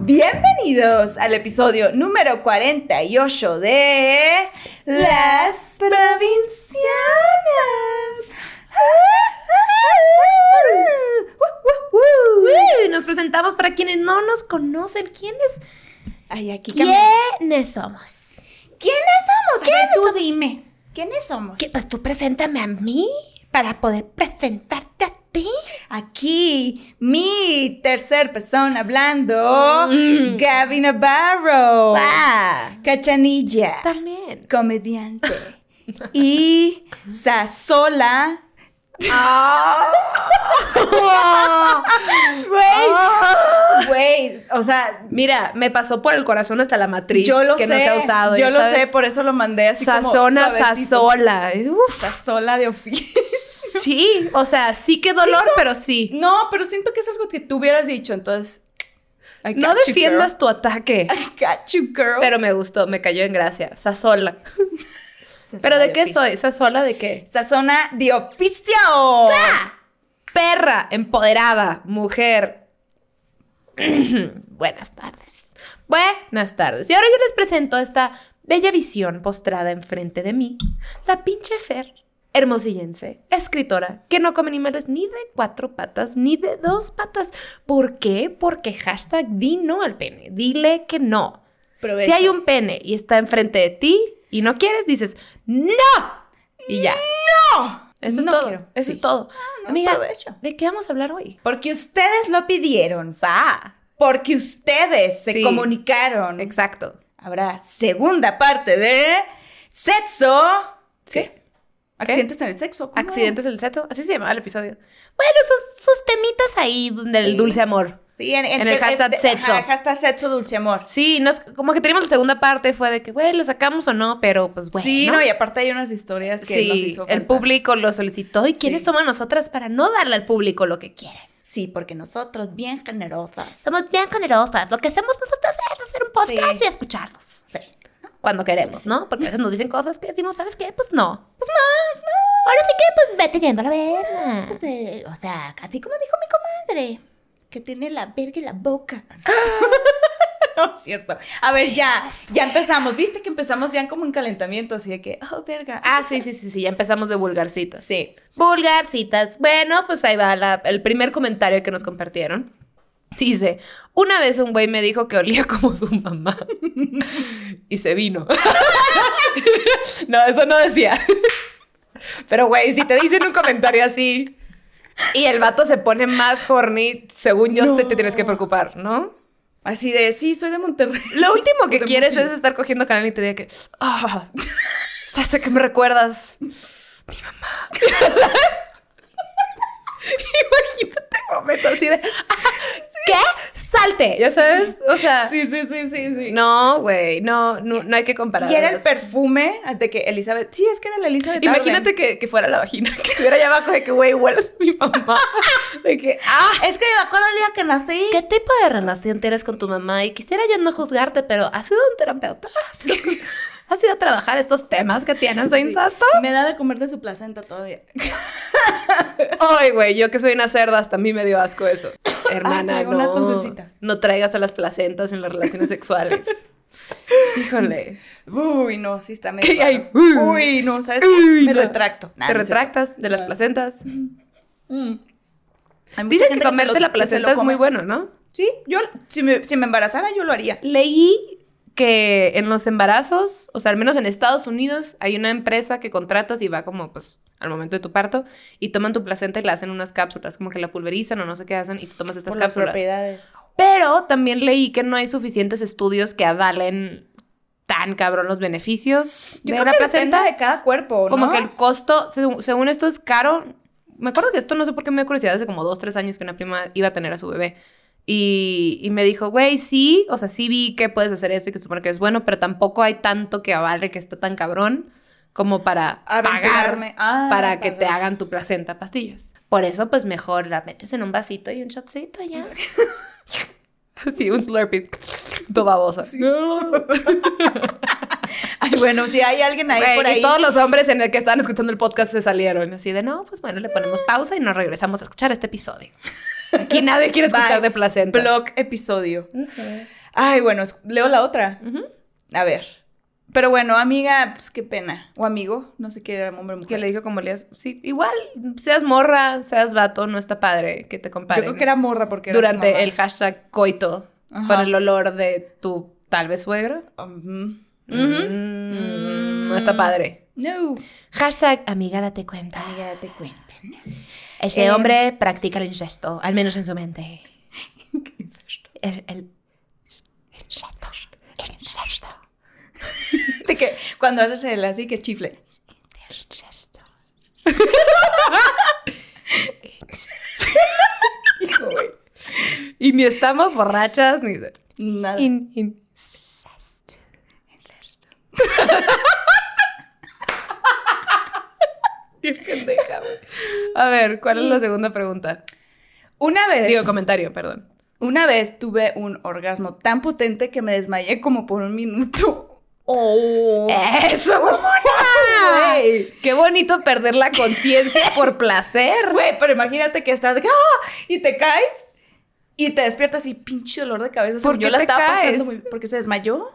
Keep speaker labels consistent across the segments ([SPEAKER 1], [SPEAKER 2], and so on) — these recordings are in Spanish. [SPEAKER 1] Bienvenidos al episodio número 48 de Las Provincianas.
[SPEAKER 2] Uy, nos presentamos para quienes no nos conocen. ¿Quiénes,
[SPEAKER 1] Ay, aquí cambia.
[SPEAKER 2] ¿quiénes somos?
[SPEAKER 1] ¿Quiénes somos? A ver, tú dime. ¿Quiénes somos?
[SPEAKER 2] ¿Qué- Pues tú preséntame a mí para poder presentarte a ti.
[SPEAKER 1] Aquí, mi tercer persona hablando,
[SPEAKER 2] Mm.
[SPEAKER 1] Gaby Navarro.
[SPEAKER 2] Ah,
[SPEAKER 1] Cachanilla.
[SPEAKER 2] también.
[SPEAKER 1] comediante y Sasola.
[SPEAKER 2] Ah.
[SPEAKER 1] Güey, Oh, o sea,
[SPEAKER 2] Mira, me pasó por el corazón hasta la matriz
[SPEAKER 1] yo lo
[SPEAKER 2] que
[SPEAKER 1] sé,
[SPEAKER 2] no se ha usado.
[SPEAKER 1] yo
[SPEAKER 2] ya
[SPEAKER 1] lo
[SPEAKER 2] sabes.
[SPEAKER 1] sé, por eso lo mandé así
[SPEAKER 2] Sazona,
[SPEAKER 1] como suavecito.
[SPEAKER 2] sazola. Uf,
[SPEAKER 1] Sasola de oficio.
[SPEAKER 2] sí, o sea, sí que dolor, pero sí.
[SPEAKER 1] No, pero siento que es algo que tú hubieras dicho, entonces I
[SPEAKER 2] No
[SPEAKER 1] got you,
[SPEAKER 2] defiendas tu ataque.
[SPEAKER 1] girl. I got you, girl.
[SPEAKER 2] Pero me gustó, me cayó en gracia. Sazola.
[SPEAKER 1] Sasola
[SPEAKER 2] ¿Pero de qué
[SPEAKER 1] oficio.
[SPEAKER 2] soy? ¿Sazola de qué? ¡Ah!
[SPEAKER 1] Sazona de oficio.
[SPEAKER 2] perra, empoderada, mujer. Buenas tardes. Buenas tardes. Y ahora yo les presento esta bella visión postrada enfrente de mí. La pinche Fer, hermosillense, escritora, que no come animales ni de cuatro patas ni de dos patas. ¿Por qué? Porque hashtag di no al pene. Dile que no. Si
[SPEAKER 1] Provecho.
[SPEAKER 2] hay un pene y está enfrente de ti y no quieres, dices ¡No! Y ya.
[SPEAKER 1] ¡No!
[SPEAKER 2] Eso es
[SPEAKER 1] No
[SPEAKER 2] todo.
[SPEAKER 1] quiero.
[SPEAKER 2] Eso
[SPEAKER 1] Sí.
[SPEAKER 2] es todo.
[SPEAKER 1] no,
[SPEAKER 2] Amiga,
[SPEAKER 1] provecho.
[SPEAKER 2] ¿de qué vamos a hablar hoy?
[SPEAKER 1] Porque ustedes lo pidieron. Porque ustedes se
[SPEAKER 2] Sí.
[SPEAKER 1] comunicaron.
[SPEAKER 2] Exacto.
[SPEAKER 1] Habrá segunda parte de sexo.
[SPEAKER 2] Sí.
[SPEAKER 1] ¿Qué? Accidentes en el sexo. ¿cómo?
[SPEAKER 2] Accidentes del sexo. Así se llamaba el episodio. Bueno, sus, sus temitas ahí del
[SPEAKER 1] Sí.
[SPEAKER 2] dulce amor.
[SPEAKER 1] Sí, en,
[SPEAKER 2] En el hashtag
[SPEAKER 1] este-
[SPEAKER 2] sexo.
[SPEAKER 1] ajá, hashtag sexo dulce amor.
[SPEAKER 2] Sí, nos- como que teníamos la segunda parte, fue de que, güey, lo sacamos o no, pero pues bueno.
[SPEAKER 1] Sí, no, y aparte hay unas historias que
[SPEAKER 2] Sí,
[SPEAKER 1] nos hizo
[SPEAKER 2] el
[SPEAKER 1] falta.
[SPEAKER 2] público lo solicitó. ¿Y quiénes
[SPEAKER 1] Sí.
[SPEAKER 2] somos nosotras para no darle al público lo que quiere?
[SPEAKER 1] Sí, porque nosotros bien generosas.
[SPEAKER 2] Somos bien generosas. Lo que hacemos nosotras es hacer un podcast
[SPEAKER 1] Sí.
[SPEAKER 2] y escucharnos.
[SPEAKER 1] Sí.
[SPEAKER 2] Cuando queremos, ¿no? Porque a veces nos dicen cosas que decimos, ¿sabes qué? Pues no. Pues no, no. Ahora sí que, pues vete yendo a la verga.
[SPEAKER 1] o sea, así como dijo mi comadre, que tiene la verga en la boca. no es cierto. A ver, ya, ya empezamos. Viste que empezamos ya como un calentamiento, así de que, oh, verga.
[SPEAKER 2] Ah, sí, sí, sí, sí, ya empezamos de vulgarcitas.
[SPEAKER 1] Sí.
[SPEAKER 2] Vulgarcitas. Bueno, pues ahí va la- el primer comentario que nos compartieron. Dice, una vez un güey me dijo que olía como su mamá y se vino. no, eso no decía. Pero güey, si te dicen un comentario así y el vato se pone más horny, según yo te, te tienes que preocupar, ¿no?
[SPEAKER 1] Así de, sí, soy de Monterrey.
[SPEAKER 2] Lo último que
[SPEAKER 1] De
[SPEAKER 2] quieres
[SPEAKER 1] Monterrey.
[SPEAKER 2] es estar cogiendo canal y te diga que, ah, ¿sabes a qué me recuerdas? Mi mamá. Imagínate un momento así de, "Ah, ¿qué? Salte, ya sabes, o sea,
[SPEAKER 1] Sí, sí, sí, sí, sí.
[SPEAKER 2] no, güey, no, no, no hay que comparar.
[SPEAKER 1] Y era el
[SPEAKER 2] ¿verdad?
[SPEAKER 1] perfume de que Elizabeth. Sí, es que era la Elizabeth. Arden.
[SPEAKER 2] Imagínate que, que fuera la vagina, que estuviera allá abajo de que, güey, hueles a mi mamá. De que, ah,
[SPEAKER 1] Es que me acuerdo el día que nací.
[SPEAKER 2] ¿Qué tipo de relación tienes con tu mamá? Y quisiera yo no juzgarte, pero ¿has sido un terapeuta? ¿Has ido, has ido a trabajar estos temas que tienes de incesto?
[SPEAKER 1] Me da de comer de su placenta todavía.
[SPEAKER 2] Ay, güey, yo que soy una cerda, hasta a mí me dio asco eso. Hermana,
[SPEAKER 1] traigo una
[SPEAKER 2] no.
[SPEAKER 1] tosecita.
[SPEAKER 2] No traigas a las placentas en las relaciones sexuales. Híjole.
[SPEAKER 1] Uy, no, sí está medio.
[SPEAKER 2] ¿Qué hay?
[SPEAKER 1] raro.
[SPEAKER 2] Uy.
[SPEAKER 1] Uy, no, ¿sabes? qué?
[SPEAKER 2] Uy,
[SPEAKER 1] me
[SPEAKER 2] no.
[SPEAKER 1] retracto. Nah,
[SPEAKER 2] Te
[SPEAKER 1] no es cierto.
[SPEAKER 2] retractas de las
[SPEAKER 1] Ah.
[SPEAKER 2] placentas.
[SPEAKER 1] Mm. Hay mucha
[SPEAKER 2] Dicen
[SPEAKER 1] gente
[SPEAKER 2] que
[SPEAKER 1] se
[SPEAKER 2] comerte
[SPEAKER 1] lo-
[SPEAKER 2] la
[SPEAKER 1] que se lo
[SPEAKER 2] placenta es muy
[SPEAKER 1] come.
[SPEAKER 2] bueno, ¿no?
[SPEAKER 1] Sí, yo, si me, si me embarazara, yo lo haría.
[SPEAKER 2] Leí que en los embarazos, o sea, al menos en Estados Unidos, hay una empresa que contratas y va como, pues, al momento de tu parto y toman tu placenta y la hacen unas cápsulas, como que la pulverizan o no sé qué hacen y tú tomas estas
[SPEAKER 1] Por las
[SPEAKER 2] cápsulas.
[SPEAKER 1] propiedades.
[SPEAKER 2] Pero también leí que no hay suficientes estudios que avalen tan cabrón los beneficios
[SPEAKER 1] Yo
[SPEAKER 2] de
[SPEAKER 1] creo
[SPEAKER 2] la
[SPEAKER 1] que
[SPEAKER 2] placenta.
[SPEAKER 1] depende de cada cuerpo, ¿no?
[SPEAKER 2] Como que el costo, según, según esto, es caro. Me acuerdo que esto, no sé por qué me dio curiosidad, hace como dos, tres años que una prima iba a tener a su bebé. Y, y me dijo, güey, sí, o sea, sí vi que puedes hacer esto y que se supone que es bueno, pero tampoco hay tanto que avale que está tan cabrón como para pagar
[SPEAKER 1] Aventurarme. Ah,
[SPEAKER 2] para que te
[SPEAKER 1] pagar.
[SPEAKER 2] hagan tu placenta pastillas. Por eso, pues mejor la metes en un vasito y un shotcito ya. sí, un slurpee. Todo babosa.
[SPEAKER 1] Ay, bueno, si hay alguien ahí
[SPEAKER 2] Güey,
[SPEAKER 1] por
[SPEAKER 2] y
[SPEAKER 1] ahí.
[SPEAKER 2] todos los hombres en el que estaban escuchando el podcast se salieron. Así de, no, pues bueno, le ponemos pausa y nos regresamos a escuchar este episodio. Aquí nadie quiere escuchar
[SPEAKER 1] Bye.
[SPEAKER 2] de placentas.
[SPEAKER 1] Blog episodio. Ay, bueno, es- leo la otra.
[SPEAKER 2] Ujú.
[SPEAKER 1] A ver. Pero bueno, amiga, pues qué pena. O amigo, no sé qué era hombre o mujer.
[SPEAKER 2] Que le dijo como Elías, sí, igual, seas morra, seas vato, no está padre que te
[SPEAKER 1] Yo
[SPEAKER 2] comparen.
[SPEAKER 1] creo que era morra porque era su
[SPEAKER 2] Durante
[SPEAKER 1] mamá.
[SPEAKER 2] el hashtag coito,
[SPEAKER 1] Ajá.
[SPEAKER 2] con el olor de tu tal vez suegra.
[SPEAKER 1] Ujú.
[SPEAKER 2] Mm, no está padre.
[SPEAKER 1] No.
[SPEAKER 2] Hashtag amiga date cuenta.
[SPEAKER 1] Amiga, te cuentan.
[SPEAKER 2] Ese
[SPEAKER 1] Eh,
[SPEAKER 2] hombre practica el incesto, al menos en su mente. El, el incesto. El incesto.
[SPEAKER 1] De que cuando haces el así que chifle.
[SPEAKER 2] El incesto.
[SPEAKER 1] Hijo, güey.
[SPEAKER 2] Y ni estamos borrachas ni. de-
[SPEAKER 1] Nada.
[SPEAKER 2] In, in- incesto.
[SPEAKER 1] Qué pendeja, güey.
[SPEAKER 2] A ver, ¿cuál es la segunda pregunta?
[SPEAKER 1] Una vez.
[SPEAKER 2] Digo, comentario, perdón.
[SPEAKER 1] Una vez tuve un orgasmo tan potente que me desmayé como por un minuto. ¡Oh!
[SPEAKER 2] ¡Eso,
[SPEAKER 1] mamona!
[SPEAKER 2] ¡Qué bonito perder la conciencia por placer!
[SPEAKER 1] Güey, pero imagínate que estás de que, ¡ah! y te caes y te despiertas y pinche dolor de cabeza.
[SPEAKER 2] ¿Por
[SPEAKER 1] según
[SPEAKER 2] qué
[SPEAKER 1] yo la
[SPEAKER 2] te
[SPEAKER 1] estaba
[SPEAKER 2] caes?
[SPEAKER 1] pasando muy porque se desmayó.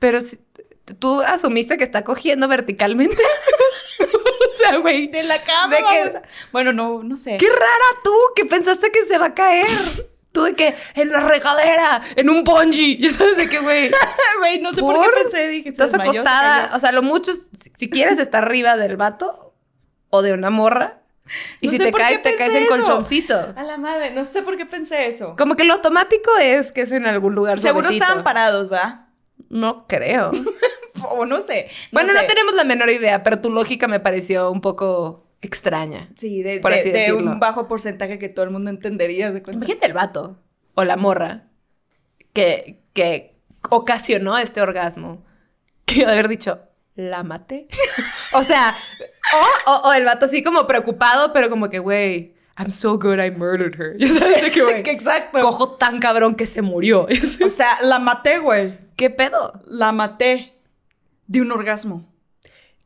[SPEAKER 2] Pero si- tú asumiste que está cogiendo verticalmente. o sea, güey.
[SPEAKER 1] De la cama.
[SPEAKER 2] De que-
[SPEAKER 1] vamos a- Bueno, no, no sé.
[SPEAKER 2] ¡Qué rara tú! Que pensaste que se va a caer. Tú de que en la regadera, en un bungee. Ya sabes de qué, güey.
[SPEAKER 1] Güey, no sé por,
[SPEAKER 2] ¿Por?
[SPEAKER 1] qué pensé, dije, se
[SPEAKER 2] Estás
[SPEAKER 1] desmayó, se
[SPEAKER 2] acostada.
[SPEAKER 1] cayó.
[SPEAKER 2] O sea, lo mucho, es- si, si quieres estar arriba del vato o de una morra. Y
[SPEAKER 1] No
[SPEAKER 2] si
[SPEAKER 1] sé
[SPEAKER 2] te
[SPEAKER 1] por qué
[SPEAKER 2] caes, te caes
[SPEAKER 1] pensé
[SPEAKER 2] en
[SPEAKER 1] eso.
[SPEAKER 2] colchoncito.
[SPEAKER 1] A la madre, no sé por qué pensé eso.
[SPEAKER 2] Como que lo automático es que es en algún lugar
[SPEAKER 1] Seguro
[SPEAKER 2] suavecito.
[SPEAKER 1] estaban parados, ¿va?
[SPEAKER 2] No creo.
[SPEAKER 1] O no sé.
[SPEAKER 2] bueno, no
[SPEAKER 1] sé.
[SPEAKER 2] tenemos la menor idea, pero tu lógica me pareció un poco extraña.
[SPEAKER 1] Sí, de,
[SPEAKER 2] por
[SPEAKER 1] de-
[SPEAKER 2] así
[SPEAKER 1] de
[SPEAKER 2] decirlo.
[SPEAKER 1] un bajo porcentaje que todo el mundo entendería. de cuenta.
[SPEAKER 2] Imagínate el vato o la morra que, que ocasionó este orgasmo. Que iba a haber dicho, la maté. o sea, o, o- o el vato así como preocupado, pero como que, güey, I'm so good I murdered her. Ya sabes de qué, güey.
[SPEAKER 1] Que exacto.
[SPEAKER 2] Cojo tan cabrón que se murió.
[SPEAKER 1] O sea, la maté, güey.
[SPEAKER 2] ¿Qué pedo?
[SPEAKER 1] La maté de un orgasmo.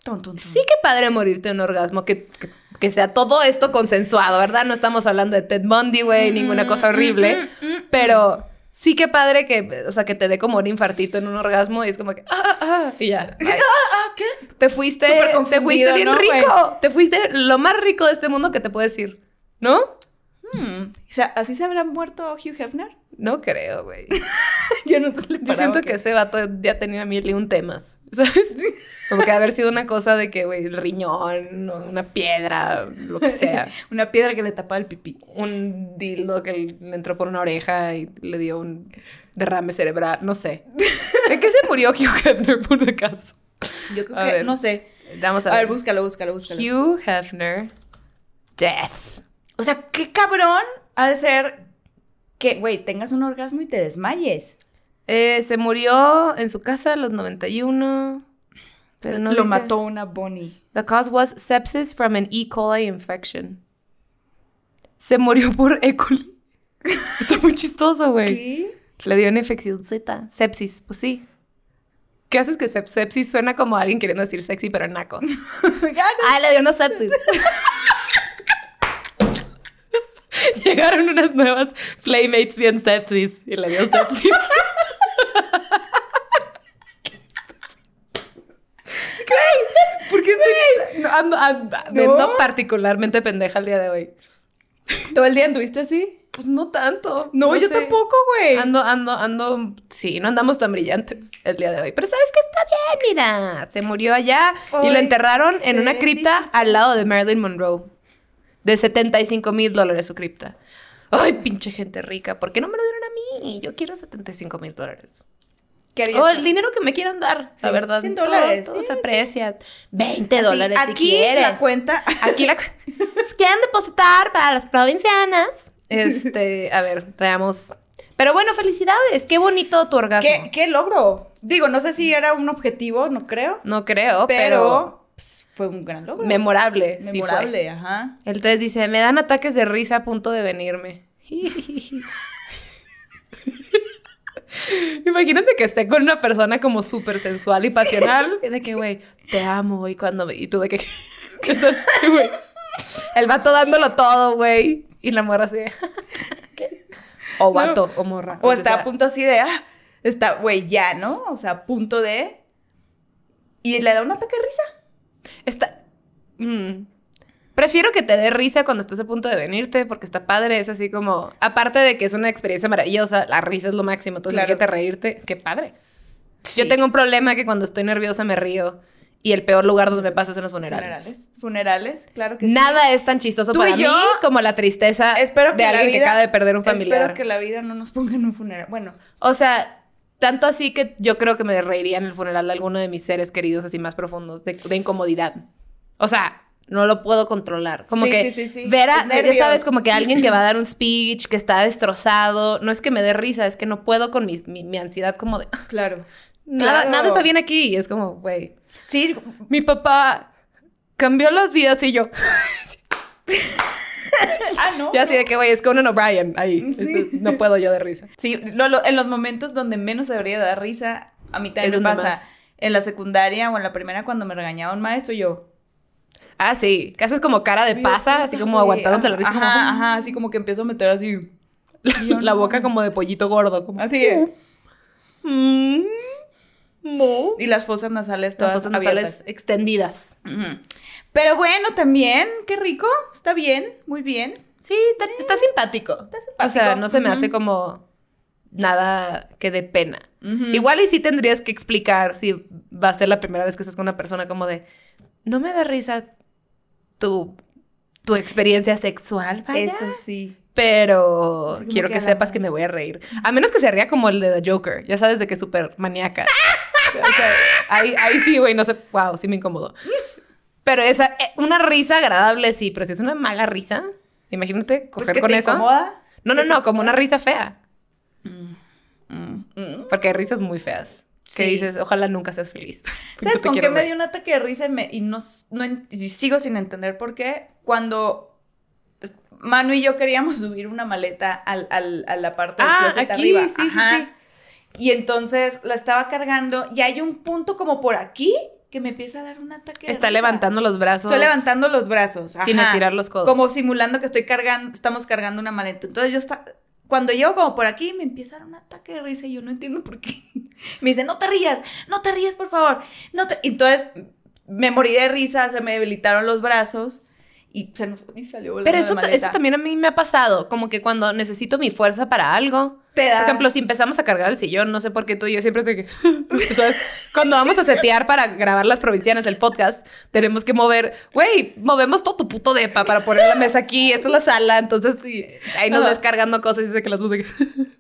[SPEAKER 1] Ton, ton, ton.
[SPEAKER 2] Sí, qué padre morirte de un orgasmo, que, que, que sea todo esto consensuado, ¿verdad? No estamos hablando de Ted Bundy, güey, ninguna cosa horrible, pero sí que padre que, o sea, que te dé como un infartito en un orgasmo y es como que, ah, ah, ah, y ya. Ay,
[SPEAKER 1] Ah, ¿qué?
[SPEAKER 2] Te fuiste,
[SPEAKER 1] Súper
[SPEAKER 2] te
[SPEAKER 1] confundido,
[SPEAKER 2] fuiste bien
[SPEAKER 1] ¿no, güey?
[SPEAKER 2] rico, te fuiste lo más rico de este mundo que te puedes ir, ¿no?
[SPEAKER 1] Hmm. O sea, ¿así se habrá muerto Hugh Hefner?
[SPEAKER 2] No creo, güey.
[SPEAKER 1] Yo no te le
[SPEAKER 2] Yo
[SPEAKER 1] paraba
[SPEAKER 2] siento que ese vato ya tenía mil y un temas, ¿sabes? Como que haber sido una cosa de que, güey, el riñón, o una piedra, lo que sea.
[SPEAKER 1] Una piedra que le tapaba el pipí.
[SPEAKER 2] un dildo que le entró por una oreja y le dio un derrame cerebral, no sé. ¿De qué se murió Hugh Hefner por acaso?
[SPEAKER 1] Yo creo
[SPEAKER 2] A
[SPEAKER 1] que,
[SPEAKER 2] ver.
[SPEAKER 1] no sé.
[SPEAKER 2] Vamos a,
[SPEAKER 1] A ver,
[SPEAKER 2] ver.
[SPEAKER 1] búscalo, búscalo, búscalo.
[SPEAKER 2] Hugh Hefner Death.
[SPEAKER 1] O sea, qué cabrón ha de ser que, güey, tengas un orgasmo y te desmayes.
[SPEAKER 2] Eh, se murió en su casa a los 91. Pero no
[SPEAKER 1] Lo
[SPEAKER 2] dice-
[SPEAKER 1] mató una Bonnie.
[SPEAKER 2] The cause was sepsis from an E. coli infection. Se murió por E. coli. Está muy chistoso, güey.
[SPEAKER 1] ¿Qué?
[SPEAKER 2] Le dio una infección Z, sepsis, pues sí. ¿Qué haces que sep- sepsis suena como alguien queriendo decir sexy, pero naco? Ah, le dio una sepsis. Llegaron unas nuevas playmates bien sepsis y le dio sepsis.
[SPEAKER 1] ¿Por qué estoy
[SPEAKER 2] No, ando, ando- ando particularmente pendeja el día de hoy.
[SPEAKER 1] todo el día anduviste así?
[SPEAKER 2] Pues no tanto.
[SPEAKER 1] No, yo
[SPEAKER 2] sé.
[SPEAKER 1] tampoco, güey.
[SPEAKER 2] Ando, ando, ando, sí, no andamos tan brillantes el día de hoy. Pero sabes que está bien, mira. Se murió allá y lo
[SPEAKER 1] Hoy
[SPEAKER 2] enterraron en
[SPEAKER 1] se
[SPEAKER 2] una cripta al lado de Marilyn Monroe. De 75 mil dólares su cripta. Ay, pinche gente rica. ¿Por qué no me lo dieron a mí? Yo quiero 75 mil dólares.
[SPEAKER 1] ¿Qué harías?
[SPEAKER 2] O el dinero que me quieran dar, la
[SPEAKER 1] Sí,
[SPEAKER 2] verdad.
[SPEAKER 1] 100
[SPEAKER 2] todo-
[SPEAKER 1] dólares,
[SPEAKER 2] Todo,
[SPEAKER 1] sí,
[SPEAKER 2] se
[SPEAKER 1] sí.
[SPEAKER 2] aprecia. 20
[SPEAKER 1] Así,
[SPEAKER 2] dólares si
[SPEAKER 1] aquí
[SPEAKER 2] quieres.
[SPEAKER 1] la cuenta.
[SPEAKER 2] Aquí la cu- Si quieren depositar para las provincianas. Este, a ver, veamos. Pero bueno, felicidades. Qué bonito tu orgasmo.
[SPEAKER 1] ¿Qué, qué logro? Digo, no sé si era un objetivo, no creo.
[SPEAKER 2] No
[SPEAKER 1] Pero,
[SPEAKER 2] creo, pero,
[SPEAKER 1] pues, fue un gran logro.
[SPEAKER 2] memorable. sí fue.
[SPEAKER 1] Memorable, ajá.
[SPEAKER 2] El 3 dice, me dan ataques de risa a punto de venirme. Imagínate que esté con una persona como súper sensual y pasional. y De que, güey, te amo. Y cuando... me- Y tú de que... ¿Qué es así, güey? El vato dándolo todo, güey. Y la morra así. de, ¿Qué? O vato, o morra.
[SPEAKER 1] O
[SPEAKER 2] sea,
[SPEAKER 1] estaba a punto así de, ah, Está, güey, ya, ¿no? O sea, a punto de... Y le da un ataque de risa.
[SPEAKER 2] Está. mm. Prefiero que te dé risa cuando estés a punto de venirte, porque está padre. Es así como. Aparte de que es una experiencia maravillosa, la risa es lo máximo. Entonces,
[SPEAKER 1] Claro.
[SPEAKER 2] imagínate reírte. Qué padre.
[SPEAKER 1] Sí.
[SPEAKER 2] Yo tengo un problema que cuando estoy nerviosa me río. Y el peor lugar donde me pasa es en los funerales.
[SPEAKER 1] Funerales. Funerales, claro que sí.
[SPEAKER 2] Nada es tan chistoso
[SPEAKER 1] Tú
[SPEAKER 2] para
[SPEAKER 1] y yo-
[SPEAKER 2] mí como la tristeza
[SPEAKER 1] Espero que
[SPEAKER 2] de
[SPEAKER 1] la
[SPEAKER 2] alguien que
[SPEAKER 1] vida-
[SPEAKER 2] acaba de perder un familiar.
[SPEAKER 1] Espero que la vida no nos ponga en un funeral. Bueno,
[SPEAKER 2] O sea, tanto así que yo creo que me reiría en el funeral de alguno de mis seres queridos así más profundos, de, de incomodidad. O sea, no lo puedo controlar. Como
[SPEAKER 1] Sí,
[SPEAKER 2] que
[SPEAKER 1] sí, sí, sí.
[SPEAKER 2] ver a-
[SPEAKER 1] Los
[SPEAKER 2] ya
[SPEAKER 1] nervios.
[SPEAKER 2] sabes, como que alguien que va a dar un speech, que está destrozado, no es que me dé risa, es que no puedo con mis- mi, mi ansiedad como de,
[SPEAKER 1] claro.
[SPEAKER 2] nada,
[SPEAKER 1] Claro.
[SPEAKER 2] nada está bien aquí. Y es como, güey,
[SPEAKER 1] Sí,
[SPEAKER 2] mi papá cambió las vidas y yo,
[SPEAKER 1] ah, no.
[SPEAKER 2] ya así de que, güey, es Conan O'Brien ahí.
[SPEAKER 1] Sí.
[SPEAKER 2] Es- no puedo yo de risa.
[SPEAKER 1] Sí, lo- lo- en los momentos donde menos debería dar risa, a mí
[SPEAKER 2] Es
[SPEAKER 1] también me
[SPEAKER 2] donde
[SPEAKER 1] pasa.
[SPEAKER 2] más.
[SPEAKER 1] En la secundaria o en la primera cuando me regañaba un maestro, yo...
[SPEAKER 2] Ah, sí, que haces como cara de pasa, así como
[SPEAKER 1] "Ay,
[SPEAKER 2] aguantándote la
[SPEAKER 1] ajá,
[SPEAKER 2] risa. como, "Ah,
[SPEAKER 1] Ajá, ajá, así como que empiezo a meter así...
[SPEAKER 2] La, la boca como de pollito gordo. Como,
[SPEAKER 1] Así es.
[SPEAKER 2] Mm, no.
[SPEAKER 1] Y las fosas nasales
[SPEAKER 2] Las
[SPEAKER 1] todas
[SPEAKER 2] fosas nasales
[SPEAKER 1] abiertas.
[SPEAKER 2] extendidas.
[SPEAKER 1] Ujú. Pero bueno, también, qué rico. Está bien, muy bien.
[SPEAKER 2] Sí, está, está simpático.
[SPEAKER 1] simpático.
[SPEAKER 2] O sea, no se me
[SPEAKER 1] Ujú.
[SPEAKER 2] hace como nada que dé pena.
[SPEAKER 1] Ujú.
[SPEAKER 2] Igual y sí tendrías que explicar si va a ser la primera vez que estás con una persona como de, no me da risa tu, tu experiencia sexual, vaya.
[SPEAKER 1] Eso sí.
[SPEAKER 2] Pero
[SPEAKER 1] Así como
[SPEAKER 2] quiero
[SPEAKER 1] que
[SPEAKER 2] que,
[SPEAKER 1] a la
[SPEAKER 2] sepas
[SPEAKER 1] madre.
[SPEAKER 2] que me voy a reír. A menos que se ría como el de The Joker. Ya sabes de que es súper maníaca. O sea, ahí, ahí sí, güey, no sé. Wow, sí me incomodó. Pero esa, eh, una risa agradable, sí, pero si es una mala risa, imagínate
[SPEAKER 1] Pues
[SPEAKER 2] coger
[SPEAKER 1] que
[SPEAKER 2] con
[SPEAKER 1] te
[SPEAKER 2] eso.
[SPEAKER 1] incomoda.
[SPEAKER 2] No, no,
[SPEAKER 1] que
[SPEAKER 2] no,
[SPEAKER 1] te
[SPEAKER 2] como una risa fea.
[SPEAKER 1] Mm, mm.
[SPEAKER 2] Porque hay risas muy feas. Que
[SPEAKER 1] Sí.
[SPEAKER 2] dices, ojalá nunca seas feliz. porque
[SPEAKER 1] ¿Sabes
[SPEAKER 2] te
[SPEAKER 1] con qué
[SPEAKER 2] quiero
[SPEAKER 1] me
[SPEAKER 2] reír".
[SPEAKER 1] dio un ataque de risa y, me- y no, s- no en- y sigo sin entender por qué? Cuando pues, Manu y yo queríamos subir una maleta al, al- a la parte del
[SPEAKER 2] Ah,
[SPEAKER 1] closet
[SPEAKER 2] aquí,
[SPEAKER 1] arriba.
[SPEAKER 2] sí, sí, sí.
[SPEAKER 1] Y entonces la estaba cargando y hay un punto como por aquí que me empieza a dar un ataque de
[SPEAKER 2] Está
[SPEAKER 1] risa.
[SPEAKER 2] levantando los brazos.
[SPEAKER 1] Estoy levantando los brazos.
[SPEAKER 2] Sin
[SPEAKER 1] ajá.
[SPEAKER 2] estirar los codos.
[SPEAKER 1] Como simulando que estoy cargando, estamos cargando una maleta. Entonces yo está, cuando llego como por aquí, me empieza a dar un ataque de risa y yo no entiendo por qué. Me dice, no te rías, no te rías, por favor. No te... Entonces me morí de risa, se me debilitaron los brazos y se nos y salió volando
[SPEAKER 2] Pero
[SPEAKER 1] la
[SPEAKER 2] eso, ta-
[SPEAKER 1] maleta.
[SPEAKER 2] eso también a mí me ha pasado. Como que cuando necesito mi fuerza para algo.
[SPEAKER 1] te da...
[SPEAKER 2] Por ejemplo, si empezamos a cargar el sillón, no sé por qué tú y yo siempre estoy que... ¿Sabes? Cuando vamos a setear para grabar las provincianas del podcast, tenemos que mover... Güey, movemos todo tu puto depa para poner la mesa aquí. Esta es la sala. Entonces, sí, ahí nos
[SPEAKER 1] Ajá.
[SPEAKER 2] ves cargando cosas y sé que las dos... de que-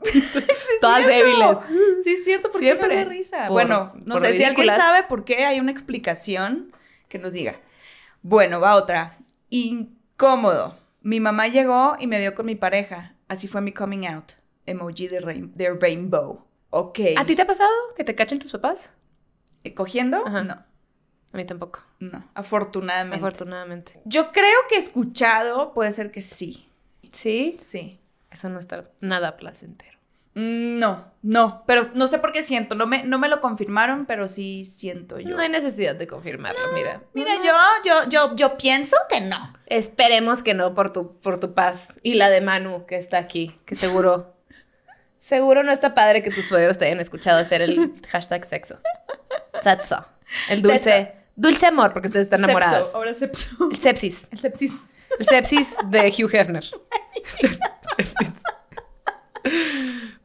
[SPEAKER 2] Todas débiles.
[SPEAKER 1] Sí, es cierto, porque
[SPEAKER 2] Siempre.
[SPEAKER 1] me da risa.
[SPEAKER 2] Por-
[SPEAKER 1] bueno, no
[SPEAKER 2] por
[SPEAKER 1] sé si alguien
[SPEAKER 2] ridículas.
[SPEAKER 1] sabe por qué hay una explicación que nos diga. Bueno, va otra. Incómodo. Mi mamá llegó y me vio con mi pareja. Así fue mi coming out. Emoji de, rain- de rainbow. Ok.
[SPEAKER 2] ¿A ti te ha pasado que te cachen tus papás?
[SPEAKER 1] Eh, ¿Cogiendo?
[SPEAKER 2] Ajá.
[SPEAKER 1] No,
[SPEAKER 2] A mí tampoco.
[SPEAKER 1] no. Afortunadamente.
[SPEAKER 2] Afortunadamente.
[SPEAKER 1] Yo creo que escuchado puede ser que sí.
[SPEAKER 2] ¿Sí?
[SPEAKER 1] Sí.
[SPEAKER 2] Eso no está nada placentero.
[SPEAKER 1] Mm, No, no, pero no sé por qué siento, no me, no me lo confirmaron, pero sí siento yo.
[SPEAKER 2] No hay necesidad de confirmarlo, mira.
[SPEAKER 1] Mira, yo, yo, yo, yo pienso que no.
[SPEAKER 2] Esperemos que no por tu, por tu paz y la de Manu que está aquí, que seguro, seguro no está padre que tus suegros te hayan escuchado hacer el hashtag sexo. Satso. El dulce, dulce amor, porque ustedes están enamoradas.
[SPEAKER 1] Sepso, ahora sepso.
[SPEAKER 2] El sepsis.
[SPEAKER 1] El sepsis.
[SPEAKER 2] El sepsis de Hugh Hefner. Sep- sepsis.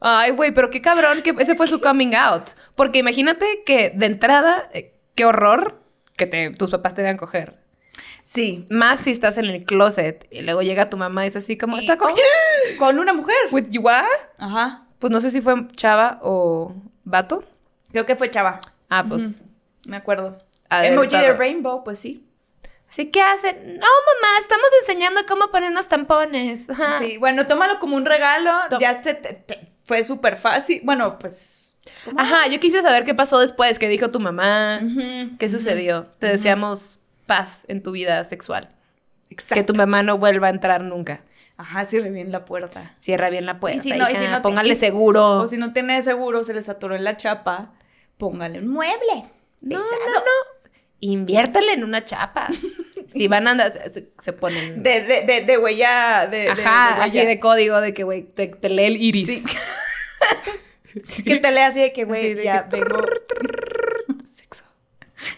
[SPEAKER 2] Ay, güey, pero qué cabrón que ese fue su coming out. Porque imagínate que de entrada, eh, qué horror que te- tus papás te vean coger.
[SPEAKER 1] Sí.
[SPEAKER 2] Más si estás en el closet y luego llega tu mamá y es así como,
[SPEAKER 1] Y-
[SPEAKER 2] ¿está con
[SPEAKER 1] Con una mujer.
[SPEAKER 2] with you what?
[SPEAKER 1] Ajá.
[SPEAKER 2] Pues no sé si fue chava o vato.
[SPEAKER 1] Creo que fue Chava.
[SPEAKER 2] Ah, pues.
[SPEAKER 1] Me acuerdo.
[SPEAKER 2] ha de haber
[SPEAKER 1] Emoji de
[SPEAKER 2] estado.
[SPEAKER 1] Rainbow, pues sí.
[SPEAKER 2] Así que hacen, no mamá, estamos enseñando cómo ponernos tampones. Ajá.
[SPEAKER 1] Sí, bueno, tómalo como un regalo.
[SPEAKER 2] To-
[SPEAKER 1] ya se te- te- fue súper fácil. Bueno, pues.
[SPEAKER 2] Ajá, yo quise saber qué pasó después, qué dijo tu mamá,
[SPEAKER 1] Ujú.
[SPEAKER 2] qué sucedió. Te deseamos paz en tu vida sexual. Que
[SPEAKER 1] Exacto.
[SPEAKER 2] tu mamá no vuelva a entrar nunca.
[SPEAKER 1] Ajá, cierre bien la puerta.
[SPEAKER 2] Cierra bien la puerta.
[SPEAKER 1] si no- y
[SPEAKER 2] hija,
[SPEAKER 1] si no te-
[SPEAKER 2] póngale
[SPEAKER 1] y-
[SPEAKER 2] seguro.
[SPEAKER 1] O si no tiene seguro, se les atoró en la chapa, póngale un mueble.
[SPEAKER 2] No,
[SPEAKER 1] pesado.
[SPEAKER 2] no, Inviértele en una chapa. si van a andar, se- se, se ponen.
[SPEAKER 1] De, de, de, de huella. De, de-
[SPEAKER 2] Ajá,
[SPEAKER 1] de huella.
[SPEAKER 2] así de código de que, güey, te, te lee el iris.
[SPEAKER 1] Sí. Que te lea así de que,
[SPEAKER 2] Así
[SPEAKER 1] güey,
[SPEAKER 2] de
[SPEAKER 1] ya
[SPEAKER 2] que
[SPEAKER 1] vengo.
[SPEAKER 2] Sexo.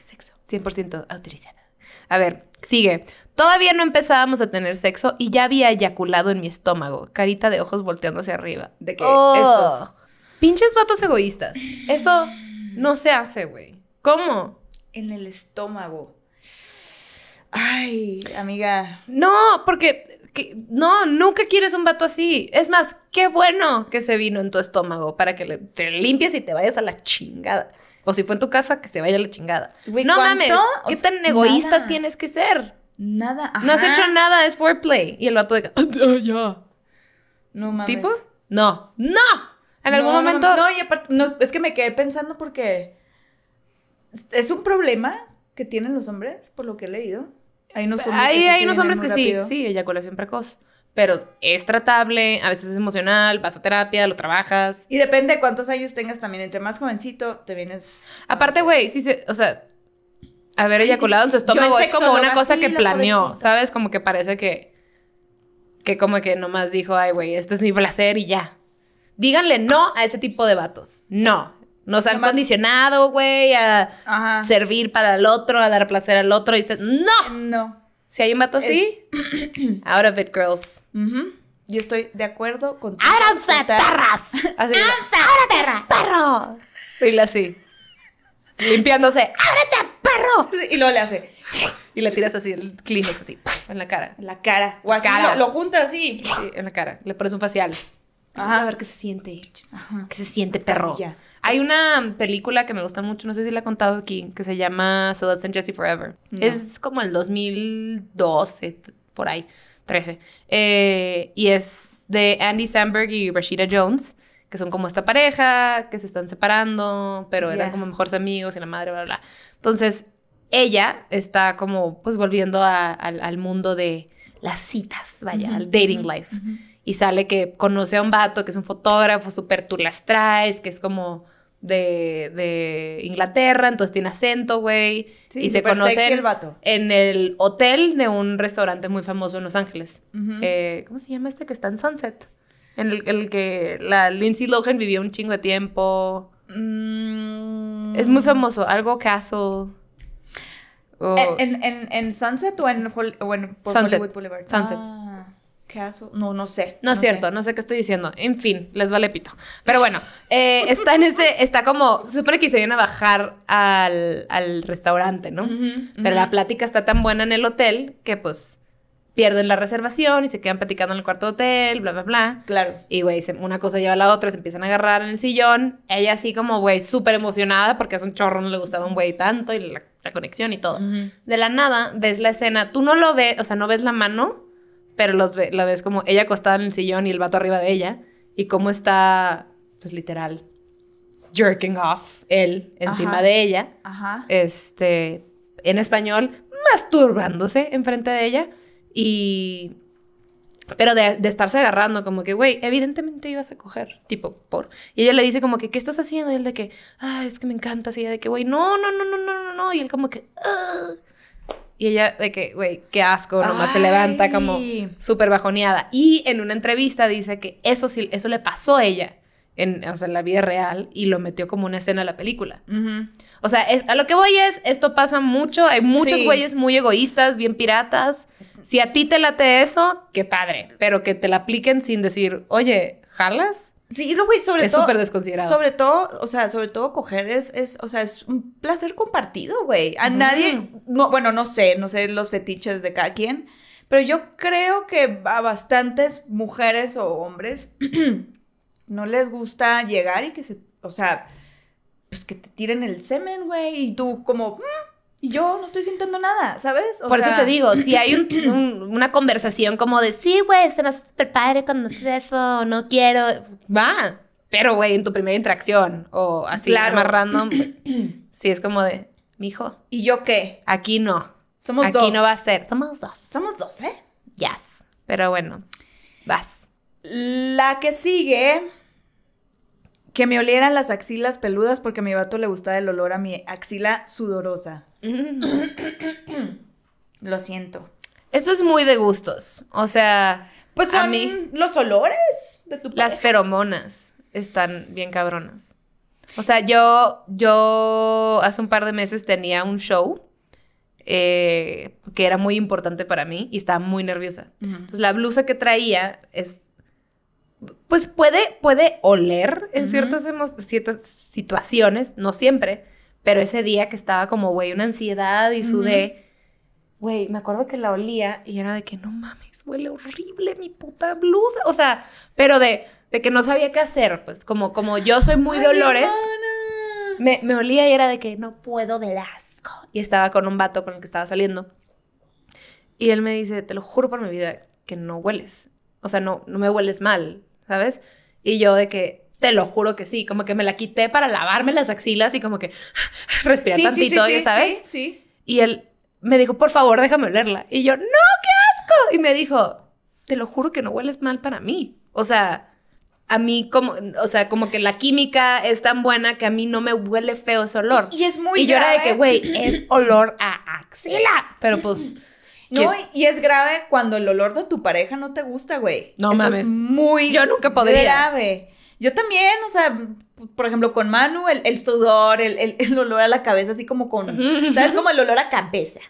[SPEAKER 1] Sexo.
[SPEAKER 2] 100% autorizada. A ver, sigue. Todavía no empezábamos a tener sexo y ya había eyaculado en mi estómago, carita de ojos volteando hacia arriba.
[SPEAKER 1] De que
[SPEAKER 2] Ugh.
[SPEAKER 1] estos.
[SPEAKER 2] Pinches vatos egoístas. Eso no se hace, güey. ¿Cómo?
[SPEAKER 1] En el estómago. Ay, amiga.
[SPEAKER 2] No, porque que- no, nunca quieres un vato así. Es más, qué bueno que se vino en tu estómago para que le- te limpies y te vayas a la chingada. O si fue en tu casa, que se vaya a la chingada.
[SPEAKER 1] Güey,
[SPEAKER 2] no
[SPEAKER 1] ¿cuánto?
[SPEAKER 2] mames,
[SPEAKER 1] O
[SPEAKER 2] qué
[SPEAKER 1] sea,
[SPEAKER 2] tan egoísta
[SPEAKER 1] nada.
[SPEAKER 2] tienes que ser.
[SPEAKER 1] Nada.
[SPEAKER 2] No has
[SPEAKER 1] ajá.
[SPEAKER 2] hecho nada, es foreplay. Y el vato de... "Ah, ya, ya".
[SPEAKER 1] No mames.
[SPEAKER 2] ¿Tipo? No, no. En algún
[SPEAKER 1] No, no,
[SPEAKER 2] momento...
[SPEAKER 1] No, y aparte, no, es que me quedé pensando porque es un problema que tienen los hombres, por lo que he leído. Hay unos hombres
[SPEAKER 2] hay
[SPEAKER 1] que, sí
[SPEAKER 2] pues, hay
[SPEAKER 1] se
[SPEAKER 2] unos
[SPEAKER 1] vienen
[SPEAKER 2] hombres
[SPEAKER 1] muy
[SPEAKER 2] que sí,
[SPEAKER 1] rápido.
[SPEAKER 2] sí, eyaculación precoz. Pero es tratable, a veces es emocional, vas a terapia, lo trabajas.
[SPEAKER 1] Y depende de cuántos años tengas también. Entre más jovencito, te vienes.
[SPEAKER 2] Aparte, güey, sí se, o sea, haber eyaculado en su
[SPEAKER 1] yo en
[SPEAKER 2] estómago es como
[SPEAKER 1] sexóloga,
[SPEAKER 2] una cosa
[SPEAKER 1] sí,
[SPEAKER 2] que
[SPEAKER 1] la
[SPEAKER 2] planeó,
[SPEAKER 1] pobrecita.
[SPEAKER 2] ¿sabes? Como que parece que, que como que nomás dijo, ay, güey, este es mi placer y ya. Díganle no a ese tipo de vatos. No. Nos han
[SPEAKER 1] Nomás- Ah.
[SPEAKER 2] condicionado, güey, a
[SPEAKER 1] Ajá.
[SPEAKER 2] servir para el otro, a dar placer al otro. Y se- no.
[SPEAKER 1] No.
[SPEAKER 2] Si hay un vato así, out of it, girls.
[SPEAKER 1] Ujú. Yo estoy de acuerdo con tu-
[SPEAKER 2] ¡Áranse,
[SPEAKER 1] con ta-
[SPEAKER 2] perras! Así. ¡Ábrate, perro! Dile así. Limpiándose. ¡Ábrete, perro!
[SPEAKER 1] Y luego le hace
[SPEAKER 2] Y le tiras así el Kleenex así, ¡puf! en la cara.
[SPEAKER 1] la cara. O así,
[SPEAKER 2] Cara.
[SPEAKER 1] Lo, lo junta así.
[SPEAKER 2] Sí, en la cara. Le pones un facial.
[SPEAKER 1] Ajá.
[SPEAKER 2] A ver qué se siente.
[SPEAKER 1] Ajá.
[SPEAKER 2] Qué se siente, perro.
[SPEAKER 1] Maravilla.
[SPEAKER 2] Hay una película que me gusta mucho, no sé si la he contado aquí, que se llama Celeste and Jesse Forever.
[SPEAKER 1] No.
[SPEAKER 2] Es como el 2012, t- por ahí, 13. Eh, y es de Andy Samberg y Rashida Jones, que son como esta pareja, que se están separando, pero eran
[SPEAKER 1] Ya.
[SPEAKER 2] como mejores amigos y la madre, bla, bla, bla. Entonces, ella está como, pues, volviendo a- al, al mundo de las citas, vaya,
[SPEAKER 1] Ujú,
[SPEAKER 2] al dating
[SPEAKER 1] ujú,
[SPEAKER 2] life. Y sale que conoce a un vato que es un fotógrafo, súper tú las traes, que es como de, de Inglaterra, entonces tiene acento, güey.
[SPEAKER 1] Sí,
[SPEAKER 2] y se
[SPEAKER 1] súper sexy
[SPEAKER 2] conocen
[SPEAKER 1] el vato.
[SPEAKER 2] en el hotel de un restaurante muy famoso en Los Ángeles.
[SPEAKER 1] Ujú.
[SPEAKER 2] Eh, ¿Cómo se llama este que está en Sunset? En el, el que la Lindsay Lohan vivió un chingo de tiempo.
[SPEAKER 1] Mm.
[SPEAKER 2] Es muy famoso, algo Castle. o-
[SPEAKER 1] ¿En, en- en, en Sunset o en, Hol- o en por
[SPEAKER 2] Sunset.
[SPEAKER 1] Hollywood Boulevard?
[SPEAKER 2] Sunset.
[SPEAKER 1] Ah, Castle. No, no sé.
[SPEAKER 2] No es
[SPEAKER 1] sé.
[SPEAKER 2] cierto, no sé qué estoy diciendo. En fin, les vale pito. Pero bueno, eh, está en este, está como, se supone que se vienen a bajar al, al restaurante, ¿no?
[SPEAKER 1] Ujú, ujú.
[SPEAKER 2] Pero la plática está tan buena en el hotel que pues pierden la reservación y se quedan platicando en el cuarto de hotel, bla, bla, bla.
[SPEAKER 1] Claro.
[SPEAKER 2] Y, güey, se- una cosa lleva a la otra, se empiezan a agarrar en el sillón. Ella así como, güey, súper emocionada porque es un chorro, no le gustaba un güey tanto y la, la conexión y todo. De la nada ves la escena, tú no lo ves, o sea, no ves la mano, pero los ve- la ves como ella acostada en el sillón y el vato arriba de ella, y cómo está, pues literal, jerking off él encima
[SPEAKER 1] Ajá.
[SPEAKER 2] de ella,
[SPEAKER 1] Ajá.
[SPEAKER 2] este, en español, masturbándose enfrente de ella, y... Pero de, de estarse agarrando, como que, güey, evidentemente ibas a coger, tipo, por. Y ella le dice como que, ¿qué estás haciendo? Y él de que, ah, es que me encanta. Y ella de que, güey, no, no, no, no, no, no, no. Y él como que, "Ugh". Y ella de que, güey, qué asco, nomás se levanta como
[SPEAKER 1] Ay.
[SPEAKER 2] súper bajoneada. Y en una entrevista dice que eso sí, eso le pasó a ella, en, o sea, en la vida real, y lo metió como una escena a la película.
[SPEAKER 1] Ujú.
[SPEAKER 2] O sea, es- a lo que voy es, esto pasa mucho, hay muchos
[SPEAKER 1] Sí.
[SPEAKER 2] güeyes muy egoístas, bien piratas. Si a ti te late eso, qué padre, pero que te la apliquen sin decir, oye, ¿jalas?
[SPEAKER 1] Sí, y luego, güey, sobre
[SPEAKER 2] es
[SPEAKER 1] todo.
[SPEAKER 2] súper desconsiderado.
[SPEAKER 1] Sobre todo, o sea, sobre todo coger es, es o sea, es un placer compartido, güey. A
[SPEAKER 2] Ujú.
[SPEAKER 1] nadie, no, bueno, no sé, no sé los fetiches de cada quien, pero yo creo que a bastantes mujeres o hombres no les gusta llegar y que se, o sea, pues que te tiren el semen, güey, y tú como, "Mm", y yo no estoy sintiendo nada, ¿sabes? O
[SPEAKER 2] Por
[SPEAKER 1] sea,
[SPEAKER 2] eso te digo, si hay un- un- una conversación como de, sí, güey, se me hace súper padre cuando haces eso, no quiero, va. Pero, güey, en tu primera interacción o así,
[SPEAKER 1] Claro.
[SPEAKER 2] más random, güey, sí es como de, mijo,
[SPEAKER 1] ¿Y yo qué?
[SPEAKER 2] aquí no,
[SPEAKER 1] Somos
[SPEAKER 2] aquí
[SPEAKER 1] dos.
[SPEAKER 2] no va a ser. Somos dos,
[SPEAKER 1] Somos dos, ¿eh?
[SPEAKER 2] yes. Pero bueno, vas.
[SPEAKER 1] La que sigue, que me olieran las axilas peludas porque a mi vato le gustaba el olor a mi axila sudorosa. Lo siento.
[SPEAKER 2] Esto es muy de gustos, o sea,
[SPEAKER 1] Pues
[SPEAKER 2] A
[SPEAKER 1] son
[SPEAKER 2] mí-
[SPEAKER 1] los olores de tu
[SPEAKER 2] las
[SPEAKER 1] pareja.
[SPEAKER 2] feromonas. están bien cabronas. O sea, yo, yo hace un par de meses tenía un show eh, que era muy importante para mí y estaba muy nerviosa. Entonces la blusa que traía es, pues puede, puede oler en
[SPEAKER 1] Ujú.
[SPEAKER 2] ciertas, emo- ciertas situaciones, no siempre, pero ese día que estaba como, güey, una ansiedad y sudé, güey, me acuerdo que la olía y era de que no mames, huele horrible mi puta blusa. O sea, pero de, de que no sabía qué hacer, pues como, como yo soy muy
[SPEAKER 1] Ay,
[SPEAKER 2] dolores.
[SPEAKER 1] hermana.
[SPEAKER 2] Me, me olía y era de que no puedo del asco. Y estaba con un vato con el que estaba saliendo. Y él me dice, te lo juro por mi vida que no hueles. O sea, no, no me hueles mal, ¿sabes? Y yo de que, te lo juro que sí. Como que me la quité para lavarme las axilas y como que respirar
[SPEAKER 1] Sí, sí, sí,
[SPEAKER 2] tantito,
[SPEAKER 1] sí,
[SPEAKER 2] ya sabes.
[SPEAKER 1] Sí, sí.
[SPEAKER 2] Y él me dijo, por favor, déjame olerla. Y yo, no, qué asco. Y me dijo, te lo juro que no hueles mal para mí. O sea, a mí como, o sea, como que la química es tan buena que a mí no me huele feo ese olor.
[SPEAKER 1] Y es muy
[SPEAKER 2] y yo era de
[SPEAKER 1] grave.
[SPEAKER 2] que, güey, es olor a axila. Pero pues,
[SPEAKER 1] No,
[SPEAKER 2] que-
[SPEAKER 1] y es grave cuando el olor de tu pareja no te gusta, güey.
[SPEAKER 2] No
[SPEAKER 1] Eso
[SPEAKER 2] mames.
[SPEAKER 1] Es muy
[SPEAKER 2] Yo nunca podría.
[SPEAKER 1] grave. Yo también, o sea, por ejemplo, con Manu, el, el sudor, el, el- el olor a la cabeza, así como con.
[SPEAKER 2] Ujú.
[SPEAKER 1] ¿Sabes? Como el olor a cabeza.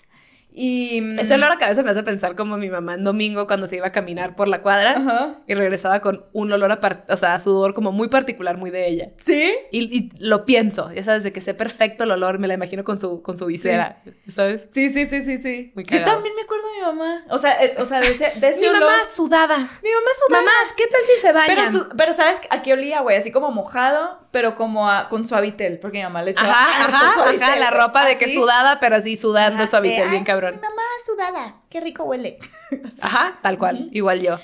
[SPEAKER 1] Y. mm,
[SPEAKER 2] ese olor a cabeza me hace pensar como mi mamá en domingo cuando se iba a caminar por la cuadra
[SPEAKER 1] Ajá.
[SPEAKER 2] y regresaba con un olor a, par- o sea, a sudor como muy particular, muy de ella.
[SPEAKER 1] ¿Sí?
[SPEAKER 2] Y, y lo pienso, ya sabes, de que sé perfecto el olor, me la imagino con su, con su visera, ¿sabes?
[SPEAKER 1] Sí, sí, sí, sí, sí.
[SPEAKER 2] Muy
[SPEAKER 1] Yo
[SPEAKER 2] cagado.
[SPEAKER 1] también me acuerdo de mi mamá. O sea, eh, o sea de ese, de ese olor.
[SPEAKER 2] sudada.
[SPEAKER 1] Mi mamá sudaba.
[SPEAKER 2] Mamás, ¿qué tal si se bañan?
[SPEAKER 1] Pero, su- pero sabes a qué olía, güey, así como mojado, pero como a, con suavitel, porque mi mamá le echaba
[SPEAKER 2] Ajá,
[SPEAKER 1] harto
[SPEAKER 2] ajá,
[SPEAKER 1] Suavitel,
[SPEAKER 2] ajá, la
[SPEAKER 1] güey.
[SPEAKER 2] ropa de que
[SPEAKER 1] Así.
[SPEAKER 2] sudada, pero así sudando
[SPEAKER 1] Ajá,
[SPEAKER 2] suavitel,
[SPEAKER 1] Ah, de,
[SPEAKER 2] bien
[SPEAKER 1] "Ay,
[SPEAKER 2] cabrón.
[SPEAKER 1] mamá sudada, qué rico huele.
[SPEAKER 2] Ajá, tal cual, igual yo.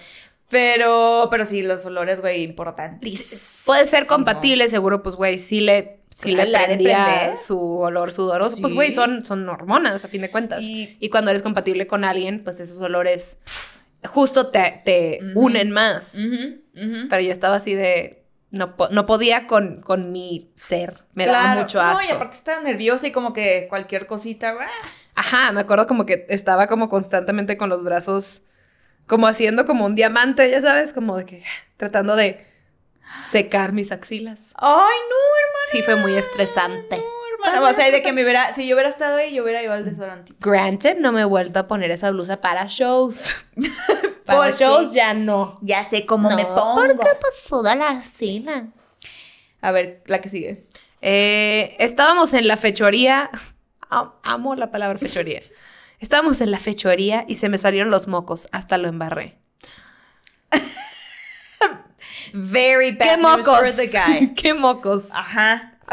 [SPEAKER 1] Pero, pero sí, los olores, güey, importantísimos.
[SPEAKER 2] Puede ser compatible, seguro, pues, güey, sí le, sí
[SPEAKER 1] Claro,
[SPEAKER 2] le
[SPEAKER 1] Ah, la de
[SPEAKER 2] prendía
[SPEAKER 1] prender.
[SPEAKER 2] su olor sudoroso. Pues,
[SPEAKER 1] Sí.
[SPEAKER 2] güey, son, son hormonas, a fin de cuentas. Y,
[SPEAKER 1] Y-
[SPEAKER 2] cuando eres compatible con alguien, pues esos olores justo te, te
[SPEAKER 1] Ujú.
[SPEAKER 2] unen más.
[SPEAKER 1] Ujú, ujú.
[SPEAKER 2] Pero yo estaba así de... No, po- no podía con, con mi ser. Me daba
[SPEAKER 1] Claro.
[SPEAKER 2] mucho asco.
[SPEAKER 1] No, y aparte estaba nerviosa y como que cualquier cosita, güey.
[SPEAKER 2] Ajá, me acuerdo como que estaba como constantemente con los brazos, como haciendo como un diamante, ya sabes, como de que tratando de secar mis axilas.
[SPEAKER 1] Ay, no,
[SPEAKER 2] Sí, fue muy estresante.
[SPEAKER 1] hermano, hermana. O sea, de que me hubiera, si yo hubiera estado ahí, yo hubiera ido al desodorante.
[SPEAKER 2] Granted, no me he vuelto a poner esa blusa para shows. para
[SPEAKER 1] ¿Por qué?
[SPEAKER 2] shows ya no.
[SPEAKER 1] Ya sé cómo
[SPEAKER 2] No,
[SPEAKER 1] me pongo.
[SPEAKER 2] pasó de la cena?
[SPEAKER 1] A ver, la que sigue.
[SPEAKER 2] Eh, estábamos en la fechoría. Am- Amo la palabra fechoría. Estábamos en la fechoría y se me salieron los mocos. Hasta lo embarré.
[SPEAKER 1] Very bad
[SPEAKER 2] ¡Qué
[SPEAKER 1] news for
[SPEAKER 2] mocos!
[SPEAKER 1] the guy.
[SPEAKER 2] ¡Qué mocos!
[SPEAKER 1] Ajá.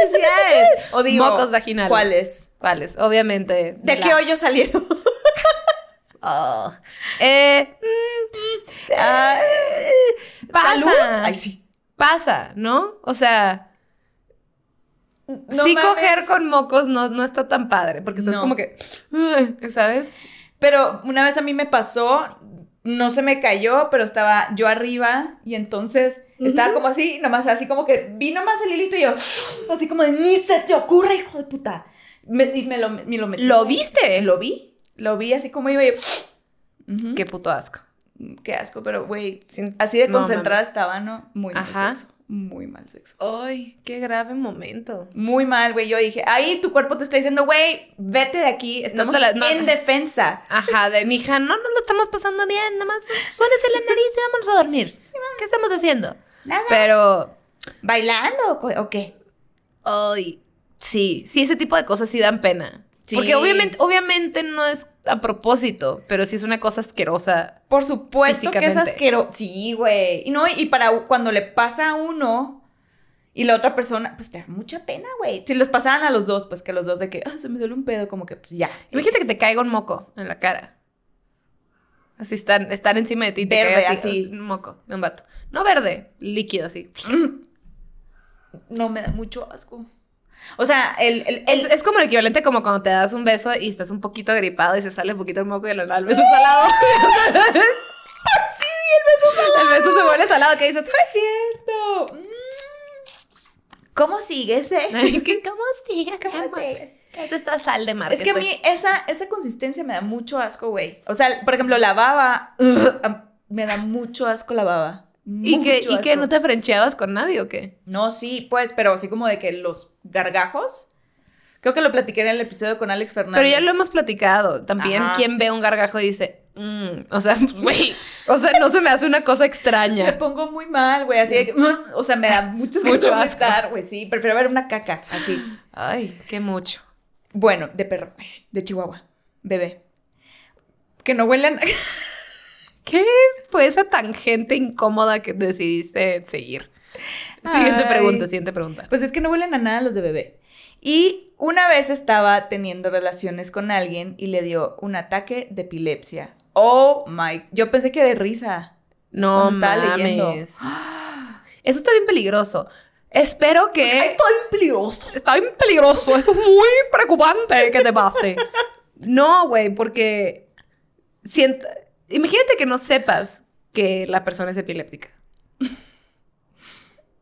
[SPEAKER 2] ¡Felicidades!
[SPEAKER 1] O digo,
[SPEAKER 2] Mocos vaginales.
[SPEAKER 1] ¿Cuáles?
[SPEAKER 2] ¿Cuáles? Obviamente.
[SPEAKER 1] ¿De
[SPEAKER 2] la-
[SPEAKER 1] qué hoyo salieron?
[SPEAKER 2] Oh. Eh,
[SPEAKER 1] Ah,
[SPEAKER 2] pasa.
[SPEAKER 1] ¿Salud? Ay, sí.
[SPEAKER 2] Pasa, ¿no? O sea. sí,
[SPEAKER 1] mames.
[SPEAKER 2] coger con mocos no, no está tan padre, porque estás
[SPEAKER 1] No.
[SPEAKER 2] como que. "Ugh", ¿Sabes?
[SPEAKER 1] Pero una vez a mí me pasó, no se me cayó, pero estaba yo arriba y entonces estaba como así, nomás así como que vi nomás el hilito y yo, así como de, ni se te ocurre, hijo de puta. Me, y me lo, me lo metí.
[SPEAKER 2] ¿Lo viste?
[SPEAKER 1] Lo vi. Lo vi así como iba y yo, ujú.
[SPEAKER 2] Qué puto asco.
[SPEAKER 1] Qué asco, pero güey,
[SPEAKER 2] Sin-
[SPEAKER 1] así de
[SPEAKER 2] No
[SPEAKER 1] concentrada
[SPEAKER 2] mames.
[SPEAKER 1] estaba, ¿no? Muy
[SPEAKER 2] Ajá.
[SPEAKER 1] mal sexo. Muy mal sexo.
[SPEAKER 2] Ay, qué grave momento.
[SPEAKER 1] Muy mal, güey. Yo dije, ahí tu cuerpo te está diciendo, güey, vete de aquí. Estamos
[SPEAKER 2] te la- no-
[SPEAKER 1] en defensa.
[SPEAKER 2] Ajá, de mi hija, no nos lo estamos pasando bien, nada más suélese la nariz y vámonos a dormir. ¿Qué estamos haciendo?
[SPEAKER 1] Nada.
[SPEAKER 2] Pero,
[SPEAKER 1] ¿Bailando o co- o qué?
[SPEAKER 2] ay, sí, sí, ese tipo de cosas sí dan pena.
[SPEAKER 1] Sí.
[SPEAKER 2] Porque obviamente, obviamente no es a propósito, pero sí es una cosa asquerosa.
[SPEAKER 1] Por supuesto que es
[SPEAKER 2] Físicamente.
[SPEAKER 1] asqueroso. Sí, güey. Y no, y para u- cuando le pasa a uno y la otra persona, pues te da mucha pena, güey. Si los pasaran a los dos, pues que los dos de que, ah, se me sale un pedo, como que, pues ya.
[SPEAKER 2] Imagínate que te caiga un moco en la cara. Así están, están encima de ti y te
[SPEAKER 1] Verde,
[SPEAKER 2] cae
[SPEAKER 1] así.
[SPEAKER 2] Un moco de un vato. No verde, líquido así.
[SPEAKER 1] No, me da mucho asco. O sea, el, el, el-
[SPEAKER 2] Es, es como el equivalente como cuando te das un beso y estás un poquito gripado y se sale un poquito el moco y la nada el beso es salado. sí, el beso salado. El beso se vuelve salado que dices,
[SPEAKER 1] es cierto. Mm. ¿Cómo sigues, eh?
[SPEAKER 2] "Ay, ¿qué- ¿cómo sigue?
[SPEAKER 1] ¿Cómo sigues?
[SPEAKER 2] ¿Qué es esta sal de mar?
[SPEAKER 1] Es que a
[SPEAKER 2] Ah, estoy-
[SPEAKER 1] mí esa, esa consistencia me da mucho asco, güey. O sea, por ejemplo, la baba. ugh, am- me da mucho asco la baba.
[SPEAKER 2] ¿Y que,
[SPEAKER 1] Mucho
[SPEAKER 2] ¿Y que
[SPEAKER 1] asco.
[SPEAKER 2] no te frencheabas con nadie o qué?
[SPEAKER 1] No, sí, pues, pero así como de que los gargajos. Creo que lo platiqué en el episodio con Alex Fernández.
[SPEAKER 2] Pero ya lo hemos platicado también.
[SPEAKER 1] Ajá.
[SPEAKER 2] Quien ve un gargajo y dice, "Mm", o sea, güey, o sea, no se me hace una cosa
[SPEAKER 1] Me
[SPEAKER 2] extraña.
[SPEAKER 1] pongo muy mal, güey. Así de que, "Ugh", o sea, me da mucho,
[SPEAKER 2] Mucho
[SPEAKER 1] mucho
[SPEAKER 2] asco.
[SPEAKER 1] estar, güey. Sí, prefiero ver una caca así.
[SPEAKER 2] Ay, qué mucho.
[SPEAKER 1] Bueno, de perro, ay, sí, de Chihuahua, bebé. Que no huelan.
[SPEAKER 2] ¿Qué fue esa tangente incómoda que decidiste seguir? Siguiente
[SPEAKER 1] Ay.
[SPEAKER 2] pregunta, siguiente pregunta.
[SPEAKER 1] Pues es que no huelen a nada los de bebé. Y una vez estaba teniendo relaciones con alguien y le dio un ataque de epilepsia. Oh my. Yo pensé que de risa.
[SPEAKER 2] No
[SPEAKER 1] Cuando estaba leyendo.
[SPEAKER 2] mames. Eso está bien peligroso. Espero que...
[SPEAKER 1] todo peligroso.
[SPEAKER 2] Está bien peligroso. Esto es muy preocupante que te pase. No, güey, porque... sienta- Imagínate que no sepas que la persona es epiléptica.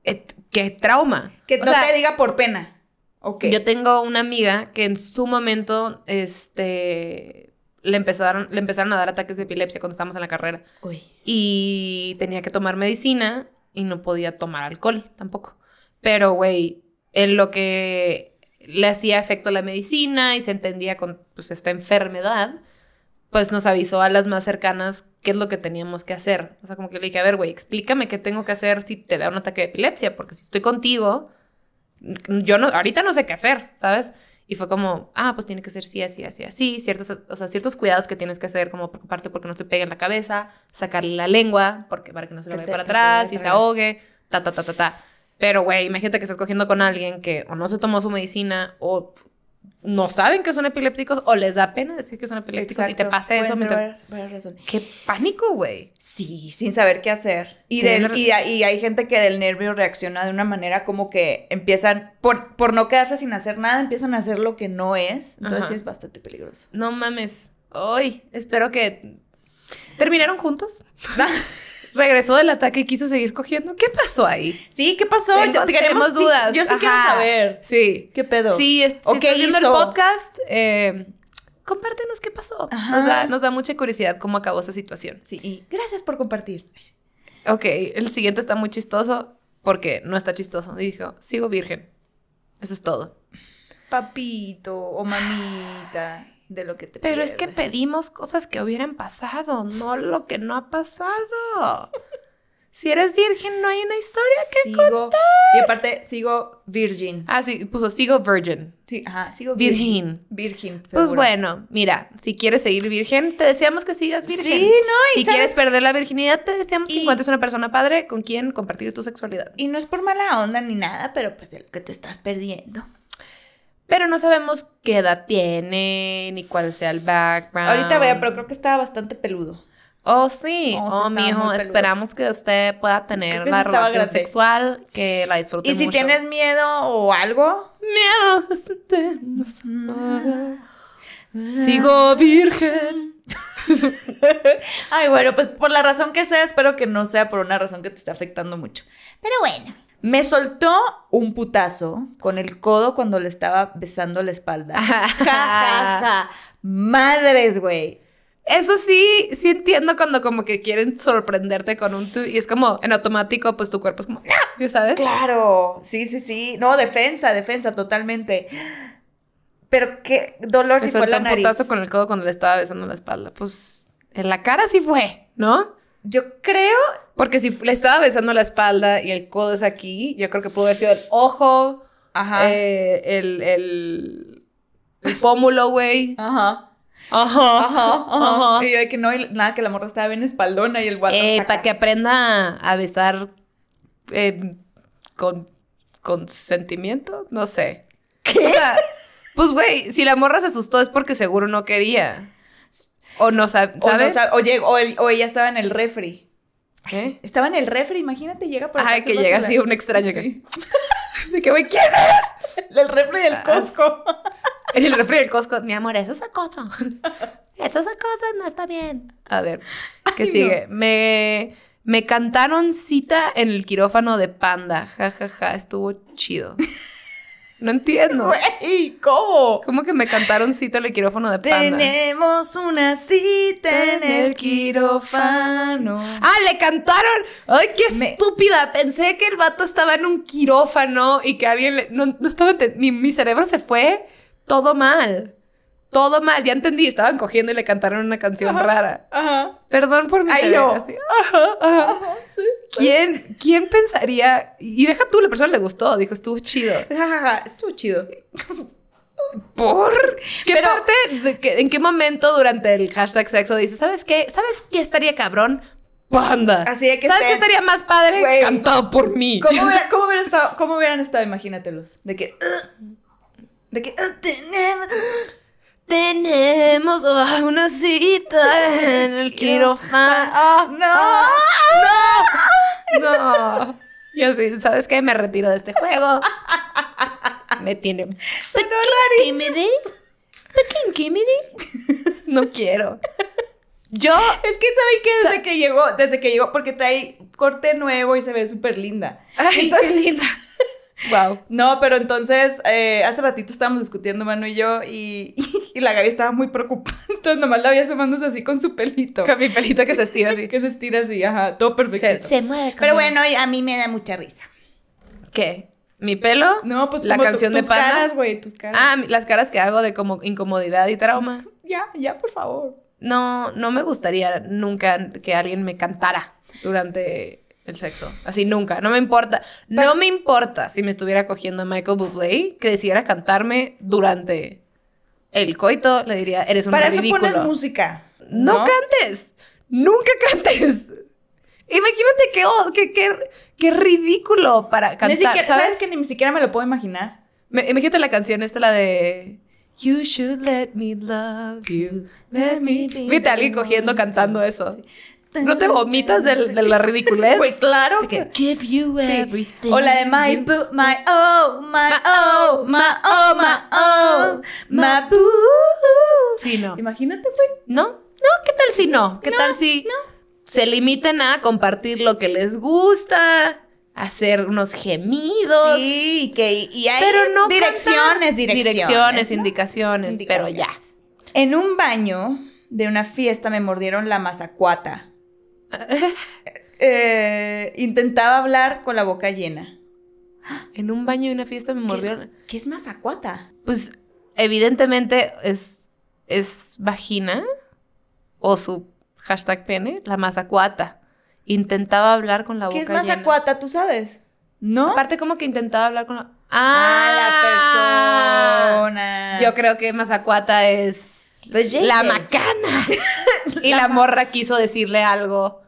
[SPEAKER 2] Et- ¡Qué trauma!
[SPEAKER 1] Que
[SPEAKER 2] O
[SPEAKER 1] no
[SPEAKER 2] sea,
[SPEAKER 1] te diga por pena. Ok.
[SPEAKER 2] Yo tengo una amiga que en su momento, este, le empezaron, le empezaron a dar ataques de epilepsia cuando estábamos en la carrera.
[SPEAKER 1] Uy.
[SPEAKER 2] Y tenía que tomar medicina y no podía tomar alcohol tampoco. Pero, güey, en lo que le hacía efecto la medicina y se entendía con pues, esta enfermedad, pues nos avisó a las más cercanas qué es lo que teníamos que hacer. O sea, como que le dije, a ver, güey, explícame qué tengo que hacer si te da un ataque de epilepsia, porque si estoy contigo, yo no, ahorita no sé qué hacer, ¿sabes? Y fue como, ah, pues tiene que ser sí, así, así, así, ciertos, o sea, ciertos cuidados que tienes que hacer, como preocuparte porque no se pegue en la cabeza, sacarle la lengua porque, para que no se lo
[SPEAKER 1] Que
[SPEAKER 2] vaya
[SPEAKER 1] te-
[SPEAKER 2] para
[SPEAKER 1] que te vaya
[SPEAKER 2] atrás y se
[SPEAKER 1] para atrás.
[SPEAKER 2] ahogue, ta, ta, ta, ta, ta. Pero, güey, imagínate que estás cogiendo con alguien que o no se tomó su medicina o no saben que son epilépticos o les da pena decir que son epilépticos y te pasa eso mientras... ¡Qué pánico, güey!
[SPEAKER 1] Sí, sin saber qué hacer. Y,
[SPEAKER 2] Tener
[SPEAKER 1] del,
[SPEAKER 2] la-
[SPEAKER 1] y, y hay gente que del nervio reacciona de una manera como que empiezan, por, por no quedarse sin hacer nada, empiezan a hacer lo que no es. Entonces
[SPEAKER 2] Ajá.
[SPEAKER 1] sí es bastante peligroso.
[SPEAKER 2] No mames. ¡Ay! Espero que... ¿Terminaron juntos? Regresó del ataque y quiso seguir cogiendo. ¿Qué pasó ahí?
[SPEAKER 1] Sí, ¿qué pasó? Yo-
[SPEAKER 2] Tengo- tenemos
[SPEAKER 1] sí,
[SPEAKER 2] dudas.
[SPEAKER 1] yo sí quiero
[SPEAKER 2] Ajá.
[SPEAKER 1] saber.
[SPEAKER 2] Sí.
[SPEAKER 1] ¿Qué pedo?
[SPEAKER 2] Sí, es,
[SPEAKER 1] ¿O
[SPEAKER 2] si
[SPEAKER 1] qué
[SPEAKER 2] estás viendo
[SPEAKER 1] hizo?
[SPEAKER 2] el podcast, eh, compártenos qué pasó.
[SPEAKER 1] Ajá.
[SPEAKER 2] Nos da, nos da mucha curiosidad cómo acabó esa situación.
[SPEAKER 1] Sí, y gracias por compartir.
[SPEAKER 2] Ok, el siguiente está muy chistoso porque no está chistoso. Dijo, sigo virgen. Eso es todo.
[SPEAKER 1] Papito o mamita, de lo que te
[SPEAKER 2] Pero es que
[SPEAKER 1] pierdes.
[SPEAKER 2] pedimos cosas que hubieran pasado, no lo que no ha pasado. Si eres virgen, no hay una historia.
[SPEAKER 1] sigo, Y aparte, sigo virgin.
[SPEAKER 2] Ah, sí, puso, sigo virgin.
[SPEAKER 1] Sí, ajá, sigo
[SPEAKER 2] Virgin.
[SPEAKER 1] Virgin.
[SPEAKER 2] Pues
[SPEAKER 1] seguro.
[SPEAKER 2] bueno, mira, si quieres seguir virgen, te deseamos que sigas virgen.
[SPEAKER 1] Sí, no, y
[SPEAKER 2] si
[SPEAKER 1] sabes-
[SPEAKER 2] quieres perder la virginidad, te deseamos que
[SPEAKER 1] Y-
[SPEAKER 2] encuentres una persona padre con quien compartir tu sexualidad.
[SPEAKER 1] Y no es por mala onda ni nada, pero pues de lo que te estás perdiendo.
[SPEAKER 2] Pero no sabemos qué edad tiene, ni cuál sea el background.
[SPEAKER 1] Ahorita veo, pero creo que estaba bastante peludo.
[SPEAKER 2] Oh, sí.
[SPEAKER 1] Oh, sí,
[SPEAKER 2] Oh,
[SPEAKER 1] estaba muy
[SPEAKER 2] mijo,
[SPEAKER 1] peludo.
[SPEAKER 2] esperamos que usted pueda tener
[SPEAKER 1] Creo que
[SPEAKER 2] la
[SPEAKER 1] sí estaba
[SPEAKER 2] relación
[SPEAKER 1] grande.
[SPEAKER 2] sexual, que la disfrute
[SPEAKER 1] Y si
[SPEAKER 2] mucho.
[SPEAKER 1] tienes miedo o algo. pues,
[SPEAKER 2] miedo,
[SPEAKER 1] Ah.
[SPEAKER 2] Ah. sigo virgen.
[SPEAKER 1] Ay, bueno, pues por la razón que sea, espero que no sea por una razón que te esté afectando mucho. Pero bueno. Me soltó un putazo con el codo cuando le estaba besando la espalda. ja, ja, ja. Madres, güey.
[SPEAKER 2] Eso sí, sí entiendo cuando como que quieren sorprenderte con un tu y es como en automático, pues tu cuerpo es como, "Ah", ya sabes.
[SPEAKER 1] Claro. Sí, sí, sí. No, defensa, defensa, totalmente. Pero qué dolor
[SPEAKER 2] Me
[SPEAKER 1] si fue
[SPEAKER 2] soltó
[SPEAKER 1] la
[SPEAKER 2] un
[SPEAKER 1] nariz.
[SPEAKER 2] putazo con el codo cuando le estaba besando la espalda. Pues en la cara sí fue, ¿no?
[SPEAKER 1] Yo creo
[SPEAKER 2] Porque si le estaba besando la espalda y el codo es aquí, yo creo que pudo haber sido el ojo,
[SPEAKER 1] Ajá.
[SPEAKER 2] eh, el, el, el pómulo, güey.
[SPEAKER 1] Ajá.
[SPEAKER 2] Ajá, Eh,
[SPEAKER 1] Ajá. Ajá. Y yo de que no, y nada, que la morra estaba bien espaldona y el guato. hasta
[SPEAKER 2] para
[SPEAKER 1] acá.
[SPEAKER 2] que aprenda a besar eh, con consentimiento, no sé. O sea, pues, güey, si la morra se asustó es porque seguro no quería. O no sab-
[SPEAKER 1] O, no
[SPEAKER 2] ¿sabes?
[SPEAKER 1] sabe- o lleg- o el- o ella estaba en el refri. Ay,
[SPEAKER 2] ¿Eh?
[SPEAKER 1] sí. Estaba en el refri, imagínate, llega por
[SPEAKER 2] Ajá,
[SPEAKER 1] acá,
[SPEAKER 2] que
[SPEAKER 1] se
[SPEAKER 2] llega
[SPEAKER 1] va a
[SPEAKER 2] así
[SPEAKER 1] la-
[SPEAKER 2] un extraño que-
[SPEAKER 1] Sí.
[SPEAKER 2] De que, güey, ¿quién
[SPEAKER 1] El refri del
[SPEAKER 2] Ah,
[SPEAKER 1] Costco.
[SPEAKER 2] En el refri del Costco, mi amor, eso es acoso. Eso es acoso, no está bien. A ver, ¿qué
[SPEAKER 1] Ay,
[SPEAKER 2] sigue? Me, me cantaron cita en el quirófano de Panda. Ja, ja, ja, estuvo chido. No entiendo.
[SPEAKER 1] Güey, ¿cómo?
[SPEAKER 2] ¿Cómo que me cantaron cita en el quirófano de panda?
[SPEAKER 1] Tenemos una cita en el quirófano.
[SPEAKER 2] Ah, le cantaron. Ay, qué
[SPEAKER 1] Me-
[SPEAKER 2] estúpida. Pensé que el vato estaba en un quirófano y que alguien le... no, no estaba enten- mi, mi cerebro se fue todo mal. Todo mal, ya entendí, estaban cogiendo y le cantaron una canción rara.
[SPEAKER 1] Ajá.
[SPEAKER 2] Perdón por mi
[SPEAKER 1] Ay,
[SPEAKER 2] cerebro.
[SPEAKER 1] no.
[SPEAKER 2] así, ajá, ajá.
[SPEAKER 1] Ajá, sí.
[SPEAKER 2] ¿Quién, ¿Quién pensaría? Y deja tú, la persona le gustó, dijo, estuvo chido.
[SPEAKER 1] Jajaja, estuvo chido.
[SPEAKER 2] ¿Por? ¿Qué parte de que- ¿En qué momento durante el hashtag sexo dices, ¿sabes qué? ¿Sabes qué estaría cabrón? Panda.
[SPEAKER 1] Así de que
[SPEAKER 2] ¿Sabes qué
[SPEAKER 1] estén-
[SPEAKER 2] estaría más padre?
[SPEAKER 1] Güey.
[SPEAKER 2] Cantado por mí.
[SPEAKER 1] ¿Cómo, hubiera- cómo hubieran estado, ¿Cómo hubieran estado? Imagínatelos. De que. "Ugh". de que. "Ugh, tenemos.
[SPEAKER 2] Tenemos ah, una cita en el quirófano. Ah, no. No. Yo sí, ¿sabes qué? Me retiro de este juego. Me tiene. ¿Qué me dé? ¿Pequín qué me dé? No quiero. Yo.
[SPEAKER 1] Es que saben que desde que llegó, desde que llegó, porque trae corte nuevo y se ve súper linda.
[SPEAKER 2] Ay, qué linda. Wow.
[SPEAKER 1] No, pero entonces, eh, hace ratito estábamos discutiendo Manu y yo y, y la Gaby estaba muy preocupada. Entonces nomás la vi asomándose así con su pelito.
[SPEAKER 2] Con mi pelito que se estira así.
[SPEAKER 1] Que se estira así, ajá, todo perfecto.
[SPEAKER 2] Se
[SPEAKER 1] mueve. Pero bueno, y a mí me da mucha risa.
[SPEAKER 2] ¿Qué? ¿Mi pelo?
[SPEAKER 1] No, pues
[SPEAKER 2] La
[SPEAKER 1] como tu-
[SPEAKER 2] canción de
[SPEAKER 1] tus
[SPEAKER 2] Panda.
[SPEAKER 1] caras, güey, tus caras.
[SPEAKER 2] Ah, mi- las caras que hago de como incomodidad y trauma.
[SPEAKER 1] Ya, ya, por favor.
[SPEAKER 2] No, no me gustaría nunca que alguien me cantara durante el sexo. Así nunca. No me importa. no me importa si me estuviera cogiendo a Michael Bublé que decidiera cantarme durante el coito. Le diría, eres un
[SPEAKER 1] Para
[SPEAKER 2] ridículo.
[SPEAKER 1] eso pones música.
[SPEAKER 2] No, cantes. Nunca cantes. Imagínate qué, o- qué, qué- qué ridículo para cantar.
[SPEAKER 1] Ni siquiera-
[SPEAKER 2] ¿sabes?
[SPEAKER 1] ¿sabes? que ni siquiera me lo puedo imaginar.
[SPEAKER 2] Me- imagínate la canción esta, la de... You should let me love you. Let me be. Vete a alguien cogiendo, cantando eso. No te vomitas del- eh? de la ridiculez.
[SPEAKER 1] Güey, claro.
[SPEAKER 2] De
[SPEAKER 1] que-
[SPEAKER 2] que, Give you
[SPEAKER 1] Sí.
[SPEAKER 2] everything.
[SPEAKER 1] O la de my
[SPEAKER 2] you-"
[SPEAKER 1] boo, my oh, my oh, my oh, my oh, my boo.
[SPEAKER 2] Sí, no.
[SPEAKER 1] Imagínate, güey.
[SPEAKER 2] Uh-huh. ¿No? No, ¿qué tal si no? ¿Qué tal si se limitan a compartir lo que les gusta, hacer unos gemidos?
[SPEAKER 1] Sí, que y hay
[SPEAKER 2] Pero no
[SPEAKER 1] direcciones,
[SPEAKER 2] cantar.
[SPEAKER 1] direcciones,
[SPEAKER 2] Direcciones,
[SPEAKER 1] ¿no?
[SPEAKER 2] indicaciones, pero ya.
[SPEAKER 1] Indicaciones. En un baño de una fiesta me mordieron la mazacuata. Eh, intentaba hablar con la boca llena.
[SPEAKER 2] En un baño de una fiesta me
[SPEAKER 1] ¿Qué es-
[SPEAKER 2] mordieron.
[SPEAKER 1] ¿Qué es mazacuata?
[SPEAKER 2] Pues evidentemente es, es vagina o su hashtag pene, la mazacuata. Intentaba hablar con la boca
[SPEAKER 1] ¿Qué es
[SPEAKER 2] llena.
[SPEAKER 1] mazacuata? ¿Tú sabes? ¿No?
[SPEAKER 2] Aparte como que intentaba hablar con la...
[SPEAKER 1] Ah, la
[SPEAKER 2] ¡Ah!
[SPEAKER 1] persona.
[SPEAKER 2] Yo creo que mazacuata es
[SPEAKER 1] Pues ya
[SPEAKER 2] la
[SPEAKER 1] hice.
[SPEAKER 2] macana. y la,
[SPEAKER 1] La ma-
[SPEAKER 2] morra quiso decirle algo.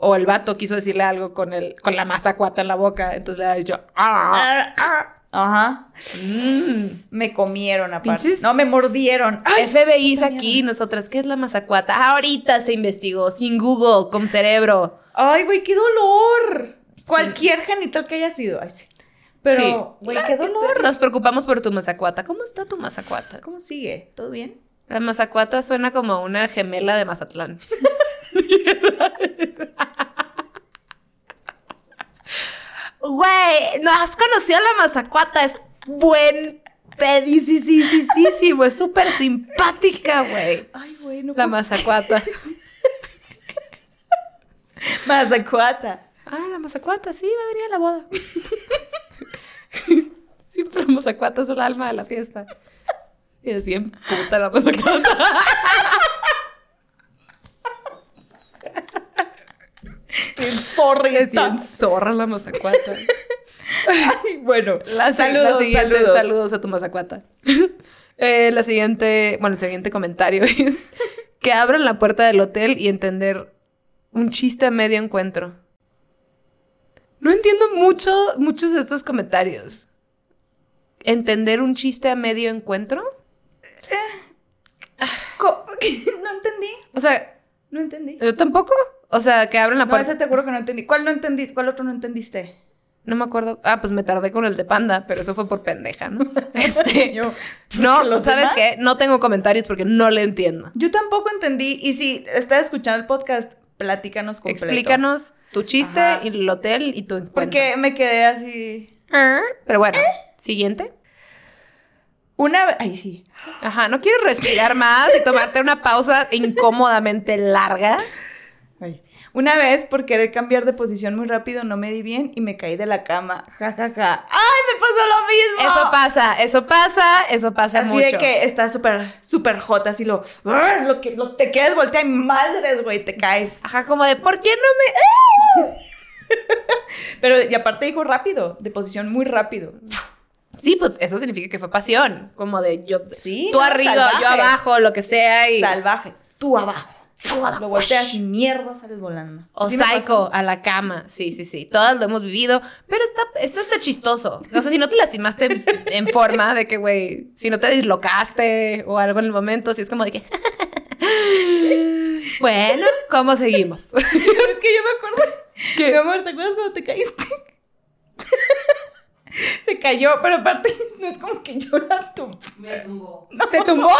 [SPEAKER 2] O el vato quiso decirle algo con, el, con la mazacuata en la boca. Entonces le ha dicho... ¡Ah!
[SPEAKER 1] Ar, ar. Ajá.
[SPEAKER 2] Mm.
[SPEAKER 1] Me comieron aparte.
[SPEAKER 2] Pinches-
[SPEAKER 1] No, me mordieron. Ay,
[SPEAKER 2] FBI es aquí, nosotras, ¿qué es la mazacuata? Ah, Ahorita se investigó, sin Google, con cerebro.
[SPEAKER 1] Ay, güey, qué dolor. Cualquier genital que haya sido. Ay, sí.
[SPEAKER 2] Sí. Ah,
[SPEAKER 1] Pero, güey, qué dolor.
[SPEAKER 2] Nos preocupamos por tu mazacuata. ¿Cómo está tu mazacuata?
[SPEAKER 1] ¿Cómo sigue? ¿Todo bien?
[SPEAKER 2] La mazacuata suena como una gemela de Mazatlán. Güey, ¿no has conocido a la mazacuata? Es buen pedicicicicísimo, es súper simpática, güey.
[SPEAKER 1] Ay, güey, no.
[SPEAKER 2] La
[SPEAKER 1] puedo-
[SPEAKER 2] mazacuata.
[SPEAKER 1] Mazacuata.
[SPEAKER 2] Ah, la mazacuata, sí, va a venir a la boda. Siempre la mazacuata es el alma de la fiesta. Y así en puta la mazacuata.
[SPEAKER 1] El zorro.
[SPEAKER 2] Y así en zorra la mazacuata.
[SPEAKER 1] Bueno,
[SPEAKER 2] La- la
[SPEAKER 1] saludos,
[SPEAKER 2] siguiente-
[SPEAKER 1] saludos.
[SPEAKER 2] Saludos a tu mazacuata. Eh, la siguiente, bueno, el siguiente comentario es que abran la puerta del hotel y entender un chiste a medio encuentro. No entiendo mucho, muchos de estos comentarios. ¿Entender un chiste a medio encuentro?
[SPEAKER 1] Co- No entendí.
[SPEAKER 2] O sea,
[SPEAKER 1] No entendí.
[SPEAKER 2] yo tampoco. O sea, que abren la
[SPEAKER 1] No,
[SPEAKER 2] puerta.
[SPEAKER 1] ese te juro que no entendí. ¿Cuál no entendiste? ¿Cuál otro no entendiste?
[SPEAKER 2] No me acuerdo. Ah, pues me tardé con el de panda, pero eso fue por pendeja, ¿no? Este.
[SPEAKER 1] Yo,
[SPEAKER 2] No,
[SPEAKER 1] ¿Los
[SPEAKER 2] ¿sabes
[SPEAKER 1] demás?
[SPEAKER 2] qué? No tengo comentarios porque no le entiendo.
[SPEAKER 1] Yo tampoco entendí. Y si estás escuchando el podcast, platícanos completo.
[SPEAKER 2] Explícanos tu chiste
[SPEAKER 1] Ajá.
[SPEAKER 2] y el hotel y tu encuentro.
[SPEAKER 1] Porque me quedé así.
[SPEAKER 2] Ah, Pero bueno, siguiente.
[SPEAKER 1] Una. Ay, sí.
[SPEAKER 2] Ajá, ¿no quieres respirar más y tomarte una pausa incómodamente larga?
[SPEAKER 1] Ay. Una vez, por querer cambiar de posición muy rápido, no me di bien y me caí de la cama. Ja, ja, ja. ¡Ay, me pasó lo mismo!
[SPEAKER 2] Eso pasa, eso pasa, eso pasa
[SPEAKER 1] Así
[SPEAKER 2] mucho.
[SPEAKER 1] de que estás súper, súper jota, así lo, ¡Arr! lo que lo- te quedas voltea y madres, güey, te caes.
[SPEAKER 2] Ajá, como de, ¿por qué no me...? ¡Ah!
[SPEAKER 1] Pero, y aparte dijo rápido, de posición muy rápido.
[SPEAKER 2] Sí, pues eso significa que fue pasión. Como de, yo...
[SPEAKER 1] Sí,
[SPEAKER 2] tú
[SPEAKER 1] no,
[SPEAKER 2] arriba,
[SPEAKER 1] salvaje.
[SPEAKER 2] yo abajo, lo que sea y...
[SPEAKER 1] Salvaje, tú abajo.
[SPEAKER 2] Tú abajo.
[SPEAKER 1] Lo volteas y mierda sales volando.
[SPEAKER 2] O
[SPEAKER 1] Así me
[SPEAKER 2] psycho
[SPEAKER 1] pasó.
[SPEAKER 2] a la cama. Sí, sí, sí. Todas lo hemos vivido. Pero está, está, está chistoso. O sea, si no te lastimaste en- en forma de que, güey, si no te dislocaste o algo en el momento, si es como de que. bueno, ¿cómo seguimos?
[SPEAKER 1] es que yo me acuerdo. Mi amor, ¿te acuerdas cuando te caíste? Se cayó, pero aparte no es como que yo la tumbé.
[SPEAKER 2] ¡Te tumbó!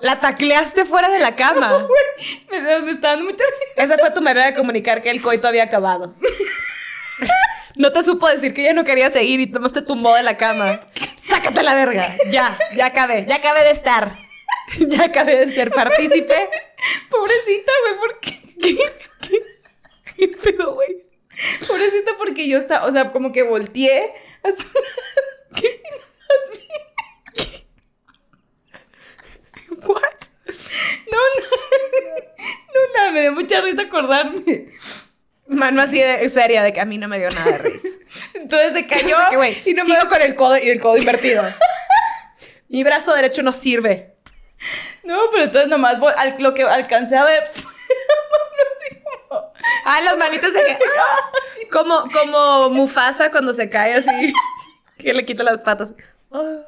[SPEAKER 2] La tacleaste fuera de la cama.
[SPEAKER 1] ¿Verdad? Me está dando mucha
[SPEAKER 2] Esa fue tu manera de comunicar que el coito había acabado. No te supo decir que ella no quería seguir y nomás te tumbó de la cama. Sácate la verga. Ya, ya acabé. Ya acabé de estar. Ya acabé de ser partícipe.
[SPEAKER 1] Pobrecita, güey, porque.
[SPEAKER 2] ¿Qué pedo, güey?
[SPEAKER 1] Pobrecita, porque yo estaba. O sea, como que volteé a su ¿Qué? No, no.
[SPEAKER 2] ¿What?
[SPEAKER 1] No, nada, me dio mucha risa acordarme.
[SPEAKER 2] Mano así de seria de que a mí no me dio nada de risa.
[SPEAKER 1] Entonces se cayó.
[SPEAKER 2] Que, güey,
[SPEAKER 1] y no me
[SPEAKER 2] sigo con el codo y el codo invertido. Mi brazo derecho no sirve.
[SPEAKER 1] No, pero entonces nomás vol- al- lo que alcancé a ver fue la mano así
[SPEAKER 2] Ah, las manitas de que. ¡ah! Como, como Mufasa cuando se cae así. Que le quita las patas.
[SPEAKER 1] "Ah,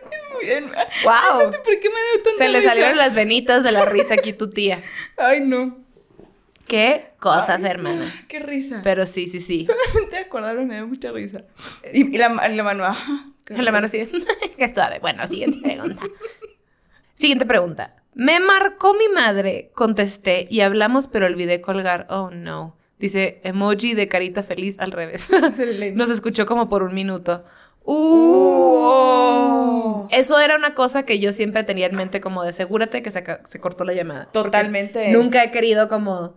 [SPEAKER 1] como muy bien.
[SPEAKER 2] Wow.
[SPEAKER 1] Ay, ¿Por qué me dio tanta
[SPEAKER 2] Se le
[SPEAKER 1] risa?
[SPEAKER 2] salieron las venitas de la risa aquí tu tía.
[SPEAKER 1] Ay, no.
[SPEAKER 2] Qué cosas, hermana.
[SPEAKER 1] Qué risa.
[SPEAKER 2] Pero sí, sí, sí.
[SPEAKER 1] Solamente de acordarme me dio mucha risa. Y, y la, ma- la mano. ah, qué
[SPEAKER 2] La mano así. Qué suave. Bueno, siguiente pregunta. Siguiente pregunta. Me marcó mi madre, contesté y hablamos, pero olvidé colgar. Oh no. Dice emoji de carita feliz al revés.
[SPEAKER 1] risa.
[SPEAKER 2] Nos escuchó como por un minuto. Uh.
[SPEAKER 1] Uh.
[SPEAKER 2] Eso era una cosa que yo siempre tenía en mente como de asegúrate que se, aca- se cortó la llamada. Porque
[SPEAKER 1] Totalmente.
[SPEAKER 2] Nunca he querido como,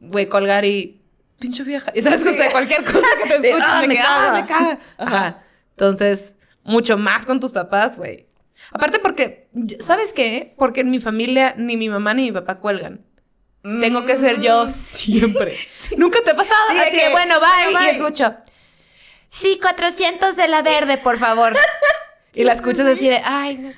[SPEAKER 2] güey, colgar y pinche vieja. Y sabes, o sea, cualquier cosa que te
[SPEAKER 1] Sí,
[SPEAKER 2] escuches
[SPEAKER 1] ah,
[SPEAKER 2] me,
[SPEAKER 1] me
[SPEAKER 2] queda, ah,
[SPEAKER 1] caga.
[SPEAKER 2] me caga. Ajá. Entonces, mucho más con tus papás, güey. Aparte porque, ¿sabes qué? Porque en mi familia ni mi mamá ni mi papá cuelgan. Tengo que ser
[SPEAKER 1] Mm,
[SPEAKER 2] yo siempre. Mm. Nunca te ha pasado
[SPEAKER 1] Sí, de
[SPEAKER 2] así de,
[SPEAKER 1] que,
[SPEAKER 2] bueno, bye,
[SPEAKER 1] bueno,
[SPEAKER 2] y
[SPEAKER 1] bye.
[SPEAKER 2] escucho. Sí, 400 de la verde, por favor. y la escuchas así de, ay, no.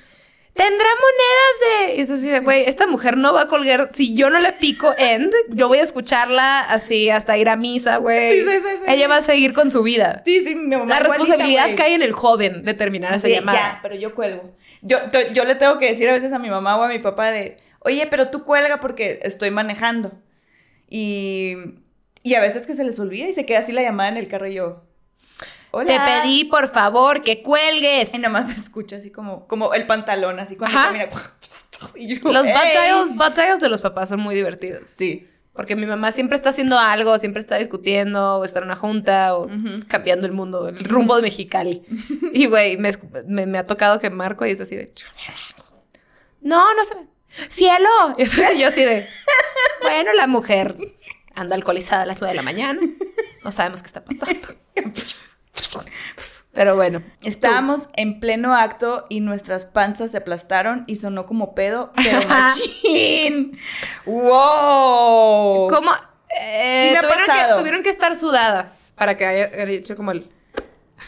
[SPEAKER 2] Tendrá monedas de. Y es así de, güey, esta mujer no va a colgar. Si yo no le pico end, yo voy a escucharla así hasta ir a misa, güey.
[SPEAKER 1] Sí, sí, sí, sí.
[SPEAKER 2] Ella va a seguir con su vida.
[SPEAKER 1] Sí, sí, mi mamá.
[SPEAKER 2] La
[SPEAKER 1] igualita,
[SPEAKER 2] responsabilidad
[SPEAKER 1] güey.
[SPEAKER 2] cae en el joven de terminar esa
[SPEAKER 1] Sí, Ya,
[SPEAKER 2] llamada.
[SPEAKER 1] pero yo cuelgo. Ah, Yo, to- yo le tengo que decir a veces a mi mamá o a mi papá de, oye, pero tú cuelga porque estoy manejando. Y, y a veces que se les olvida y se queda así la llamada en el carro y yo, hola.
[SPEAKER 2] Te pedí, por favor, que cuelgues.
[SPEAKER 1] Y nomás se escucha así como, como el pantalón, así cuando
[SPEAKER 2] Ajá.
[SPEAKER 1] camina. Y yo,
[SPEAKER 2] Los
[SPEAKER 1] "Ey".
[SPEAKER 2] battles, battles de los papás son muy divertidos.
[SPEAKER 1] Sí.
[SPEAKER 2] Porque mi mamá siempre está haciendo algo, siempre está discutiendo, o está en una junta, o
[SPEAKER 1] Ujú.
[SPEAKER 2] cambiando el mundo, el rumbo de Mexicali. Y, güey, me, escu- me- me ha tocado que Marco y es así de... No, no se ve. ¡Cielo! Y es así, yo así de... Bueno, la mujer anda alcoholizada a las 9 de la mañana. No sabemos qué está pasando. Pero bueno.
[SPEAKER 1] Estábamos en pleno acto y nuestras panzas se aplastaron y sonó como pedo, pero machín. ¡Wow!
[SPEAKER 2] ¿Cómo? Eh,
[SPEAKER 1] Sí me ha
[SPEAKER 2] tuvieron,
[SPEAKER 1] pasado.
[SPEAKER 2] Que, tuvieron que estar sudadas para que haya, haya hecho como el...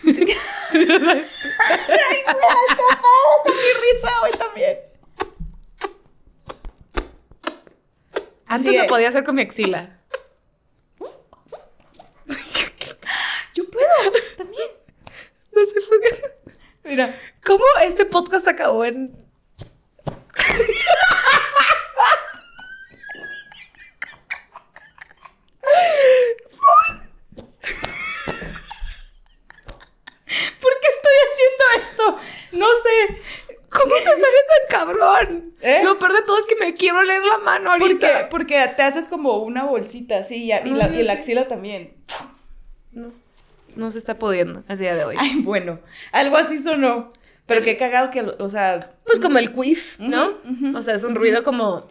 [SPEAKER 1] mi risa hoy también.
[SPEAKER 2] Antes
[SPEAKER 1] Sí,
[SPEAKER 2] lo
[SPEAKER 1] eh.
[SPEAKER 2] podía hacer con mi axila.
[SPEAKER 1] Yo puedo.
[SPEAKER 2] No sé por qué.
[SPEAKER 1] Mira.
[SPEAKER 2] ¿Cómo este podcast acabó en.?
[SPEAKER 1] ¿Por qué estoy haciendo esto? No sé.
[SPEAKER 2] ¿Cómo te salió tan cabrón?
[SPEAKER 1] ¿Eh?
[SPEAKER 2] Lo peor de todo es que me quiero leer la mano
[SPEAKER 1] Porque,
[SPEAKER 2] ahorita.
[SPEAKER 1] porque te haces como una bolsita así y, a- y la, y la axila también.
[SPEAKER 2] No, no se está pudiendo el día de hoy.
[SPEAKER 1] Ay, bueno. Algo así sonó. Pero qué cagado que, lo- o sea,
[SPEAKER 2] Pues como el quiff, ¿no?
[SPEAKER 1] Ujú, ujú.
[SPEAKER 2] O sea, es un ruido como